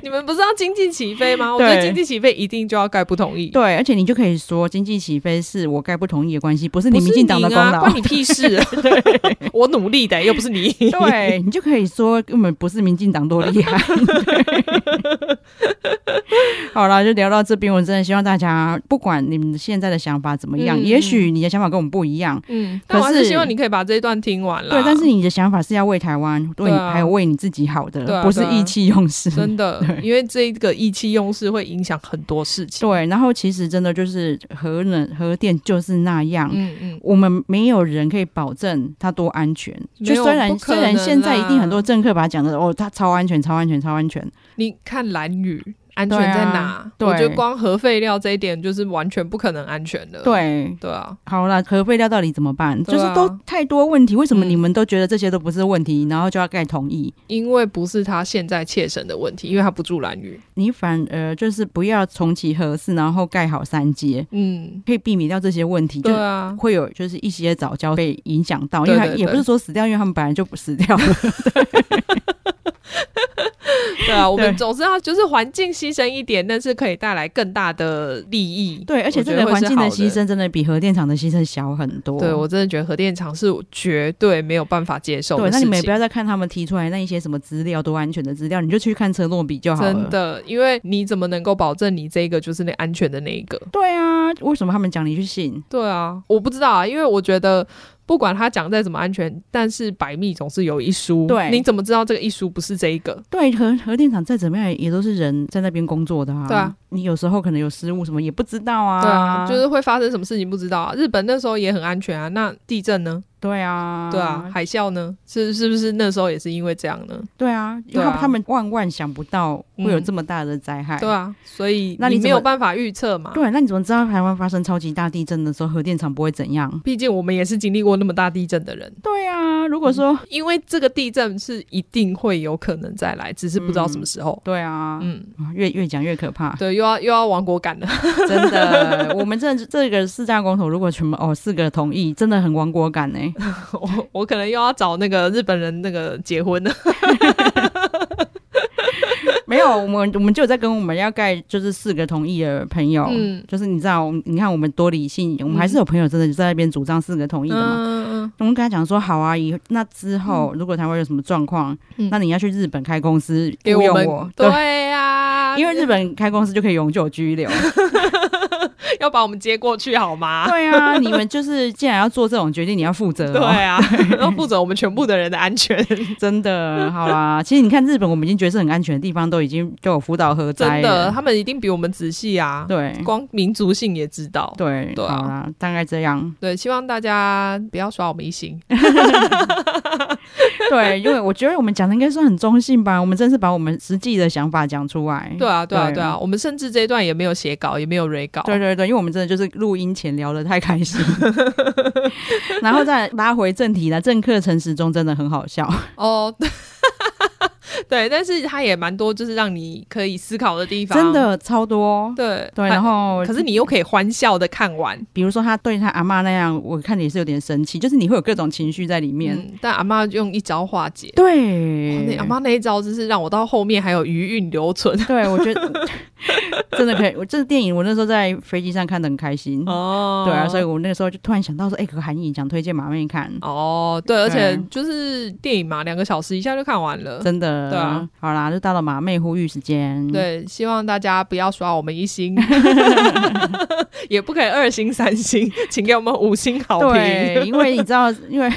Speaker 2: 你们不是要经济起飞吗？我
Speaker 1: 对
Speaker 2: 觉得经济起飞一定就要盖不同意，
Speaker 1: 对，而且你就可以说经济起飞是我盖不同意的关系，不是你
Speaker 2: 不是
Speaker 1: 民进党的
Speaker 2: 你
Speaker 1: 功
Speaker 2: 啊
Speaker 1: 劳。
Speaker 2: 关你屁事！ 我努力的，又不是你。
Speaker 1: 对你就可以说根本不是民进党多厉害。 对好了，就聊到这边，我真的希望大家不管你们现在的想法怎么样，
Speaker 2: 嗯
Speaker 1: 也许你的想法跟我们不一样。
Speaker 2: 嗯，但我还
Speaker 1: 可
Speaker 2: 是
Speaker 1: 是
Speaker 2: 希望你可以把这一段听完啦。
Speaker 1: 对，但是你的想法是要为台湾，为
Speaker 2: 啊对啊
Speaker 1: 还有为你自己好
Speaker 2: 对
Speaker 1: 的，
Speaker 2: 啊
Speaker 1: 不是
Speaker 2: 对啊
Speaker 1: 意气用事。
Speaker 2: 真的，因为这个意气用事会影响很多事情。
Speaker 1: 对，然后其实真的就是核能核电就是那样。
Speaker 2: 嗯嗯，
Speaker 1: 我们没有人可以保证它多安全，
Speaker 2: 没
Speaker 1: 就
Speaker 2: 有
Speaker 1: 虽然
Speaker 2: 不可
Speaker 1: 虽
Speaker 2: 能啊
Speaker 1: 然现在一定
Speaker 2: 啦
Speaker 1: 很多政客把它讲的哦，它超安全、超安全、超安全，
Speaker 2: 你看蓝宇安全
Speaker 1: 对啊
Speaker 2: 在哪？
Speaker 1: 对
Speaker 2: 我觉得光核废料这一点就是完全不可能安全的。
Speaker 1: 对，
Speaker 2: 对啊，
Speaker 1: 好啦，核废料到底怎么办？
Speaker 2: 对
Speaker 1: 就
Speaker 2: 啊
Speaker 1: 是都太多问题，为什么
Speaker 2: 嗯
Speaker 1: 你们都觉得这些都不是问题，然后就要盖同意？
Speaker 2: 因为不是他现在切身的问题，因为他不住蓝宇。
Speaker 1: 你反而呃就是不要重启核四，然后盖好三阶，
Speaker 2: 嗯，
Speaker 1: 可以避免掉这些问题，
Speaker 2: 对
Speaker 1: 就
Speaker 2: 啊，
Speaker 1: 会有就是一些早教被影响到，因
Speaker 2: 对
Speaker 1: 为它
Speaker 2: 对
Speaker 1: 也不
Speaker 2: 对
Speaker 1: 是说死掉，因为他们本来就不死 掉了。
Speaker 2: 对啊，我们
Speaker 1: 对
Speaker 2: 总是要就是环境牺牲一点，但是可以带来更大的利益。
Speaker 1: 对，而且
Speaker 2: 我觉
Speaker 1: 这个
Speaker 2: 得会
Speaker 1: 环
Speaker 2: 是
Speaker 1: 境的
Speaker 2: 好
Speaker 1: 牺牲真的比核电厂的牺牲小很多。
Speaker 2: 对我真的觉得核电厂是我绝对没有办法接受的
Speaker 1: 对，
Speaker 2: 事
Speaker 1: 那
Speaker 2: 情。
Speaker 1: 你们也不要再看他们提出来那一些什么资料多安全的资料，你就去看车诺比就好了。
Speaker 2: 真的，因为你怎么能够保证你这个就是那安全的那一个？
Speaker 1: 对啊，为什么他们讲你去信？
Speaker 2: 对啊，我不知道啊，因为我觉得不管他讲再怎么安全，但是百密总是有一疏。
Speaker 1: 对
Speaker 2: 你怎么知道这个一疏不是这一个？
Speaker 1: 对，核核电厂再怎么样也都是人在那边工作的啊。
Speaker 2: 对啊，
Speaker 1: 你有时候可能有失误什么也不知道啊。
Speaker 2: 对啊，就是会发生什么事情不知道啊。日本那时候也很安全啊，那地震呢？
Speaker 1: 对啊，
Speaker 2: 对啊，，海啸呢？是是不是那时候也是因为这样呢？
Speaker 1: 对啊，因为他
Speaker 2: 对啊
Speaker 1: 们他们万万想不到会有
Speaker 2: 嗯
Speaker 1: 这么大的灾害。
Speaker 2: 对。啊，所以
Speaker 1: 哎那你怎么
Speaker 2: 没有办法预测嘛。
Speaker 1: 对，那你怎么知道台湾发生超级大地震的时候，核电厂不会怎样？
Speaker 2: 毕竟我们也是经历过那么大地震的人，
Speaker 1: 对啊，如
Speaker 2: 嗯
Speaker 1: 果说、
Speaker 2: 因为这个地震是一定会有可能再来，只是不知道
Speaker 1: 嗯
Speaker 2: 什么时候。
Speaker 1: 对啊，
Speaker 2: 嗯，
Speaker 1: 哇越越讲越可 怕，
Speaker 2: 对，又要又要亡国感了。
Speaker 1: 真的。我们这这个四大公投，如果全部哦四个同意，真的很亡国感欸呢、
Speaker 2: 我我可能又要找那个日本人那个结婚了。
Speaker 1: 没有，我们我们就有在跟我们要盖就是四个同意的朋友，
Speaker 2: 嗯
Speaker 1: 就是你知道，我们你看我们多理性，我们还是有朋友真的就在那边主张四个同意的嘛。
Speaker 2: 嗯
Speaker 1: 我们跟他讲说，好啊，以后那之后、如果台湾有什么状况，
Speaker 2: 嗯
Speaker 1: 那你要去日本开公司
Speaker 2: 给
Speaker 1: 雇佣
Speaker 2: 们
Speaker 1: 我，对，啊
Speaker 2: 对啊呀，
Speaker 1: 因为日本开公司就可以永久居留。
Speaker 2: 要把我们接过去好吗？
Speaker 1: 对啊，你们就是既然要做这种决定，你要负责、哦。
Speaker 2: 对啊， 要负责我们全部的人的安全，
Speaker 1: 真的，好啊啦， 其实你看日本，我们已经觉得是很安全的地方，都已经就有福岛核灾
Speaker 2: 真的，
Speaker 1: 了，
Speaker 2: 他们一定比我们仔细啊。
Speaker 1: 对
Speaker 2: 光民族性也知道。
Speaker 1: 对
Speaker 2: 对啊
Speaker 1: 好啦，大概这样。
Speaker 2: 对，希望大家不要耍我们一心。
Speaker 1: 哎对，因为我觉得我们讲的应该算很中性吧，我们真是把我们实际的想法讲出来。
Speaker 2: 对啊，对啊，
Speaker 1: 对
Speaker 2: 对啊，我们甚至这一段也没有写稿，也没有 re 稿。
Speaker 1: 对对对，因为我们真的就是录音前聊的太开心， 然后再拉回正题啦。政客陈时中真的很好笑，
Speaker 2: 哦， 对，但是它也蛮多，就是让你可以思考的地方。
Speaker 1: 真，的超多。
Speaker 2: 对
Speaker 1: 对，
Speaker 2: 它
Speaker 1: 然后
Speaker 2: 可是你又可以欢笑的看完。
Speaker 1: 比如说他对他阿妈那样，我看你也是有点生气，就是你会有各种情绪在里面。
Speaker 2: 嗯，但阿妈用一招化解。哇
Speaker 1: 对，
Speaker 2: 那阿妈那一招，就是让我到后面还有余韵留存。
Speaker 1: 对，我觉得这嗯真的可以。我这个电影我那时候在飞机上看的很开心，
Speaker 2: 哦，
Speaker 1: 对啊，所以我那个时候就突然想到说，哎、可韩影想推荐马妹看，
Speaker 2: 哦，对，而且
Speaker 1: 对
Speaker 2: 就是电影嘛，两个小时一下就看完了。
Speaker 1: 真的，
Speaker 2: 对啊，
Speaker 1: 好啦，就到了马妹呼吁时间，，
Speaker 2: 对，希望大家不要刷我们一 星，也不可以二星、三星，请给我们五星好
Speaker 1: 对，
Speaker 2: 评。
Speaker 1: 因为你知道，因 为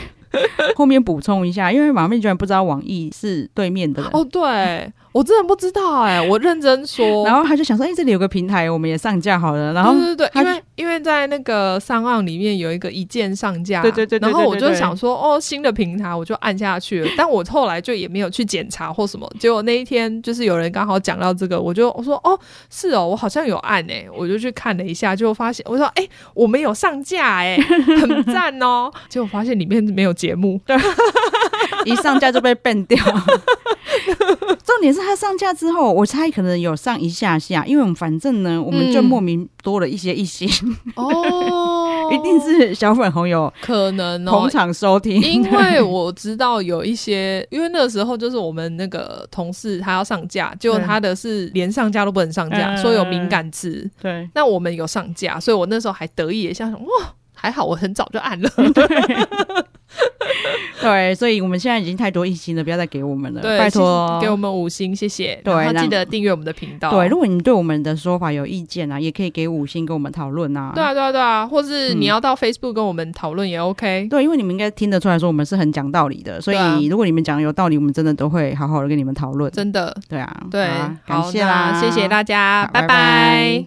Speaker 1: 后面补充一下，因为马妹居然不知道网易是对面的人。
Speaker 2: 哦，对我真的不知道哎、我认真说。
Speaker 1: 然后他就想说，哎、这里有个平台，我们也上架好了。然 后
Speaker 2: 对对对，
Speaker 1: 他
Speaker 2: 因
Speaker 1: 就
Speaker 2: 为因为在那个上岸里面有一个一键上架，
Speaker 1: 对对对对
Speaker 2: 然后我
Speaker 1: 对对
Speaker 2: 就
Speaker 1: 对
Speaker 2: 想说，哦，新的平台我就按下去了，但我后来就也没有去检查或什么。结果那一天就是有人刚好讲到这个，我就我说，哦，是哦，我好像有按诶、我就去看了一下，就发现我说，哎、我们有上架诶、 很赞哦。结果发现里面没有节目，
Speaker 1: 一上架就被 ban 掉。 重点是他上架之后，我猜可能有上一下下，因为我们反正呢，我们就
Speaker 2: 嗯
Speaker 1: 莫名多了一些一星，
Speaker 2: 哦
Speaker 1: 一定是小粉红有
Speaker 2: 可能哦
Speaker 1: 捧，场收听。
Speaker 2: 因为我知道有一些，因为那个时候就是我们那个同事他要上架，结果他的是连上架都不能上架，
Speaker 1: 嗯
Speaker 2: 说有敏感词。
Speaker 1: 对，
Speaker 2: 那我们有上架，所以我那时候还得意一下，想哇，还好我很早就按了。
Speaker 1: 对，所以我们现在已经太多一星了，不要再给我们了，
Speaker 2: 对，
Speaker 1: 拜托
Speaker 2: 谢谢给我。们五星，谢谢。
Speaker 1: 哦对
Speaker 2: 然后
Speaker 1: 让
Speaker 2: 记得订阅我们的频道。
Speaker 1: 对，如果你对我们的说法有意见啊，也可以给五星跟我们讨论啊。
Speaker 2: 对啊，对啊，对啊，或是
Speaker 1: 嗯
Speaker 2: 你要到 Facebook 跟我们讨论也 OK。
Speaker 1: 对，因为你们应该听得出来说我们是很讲道理的，所
Speaker 2: 对啊
Speaker 1: 以如果你们讲有道理，我们真的都会好好的跟你们讨论。
Speaker 2: 真的，
Speaker 1: 对啊，
Speaker 2: 对
Speaker 1: 好啊，
Speaker 2: 好
Speaker 1: 感谢啦，
Speaker 2: 那谢谢大家，
Speaker 1: 好拜
Speaker 2: 拜
Speaker 1: 拜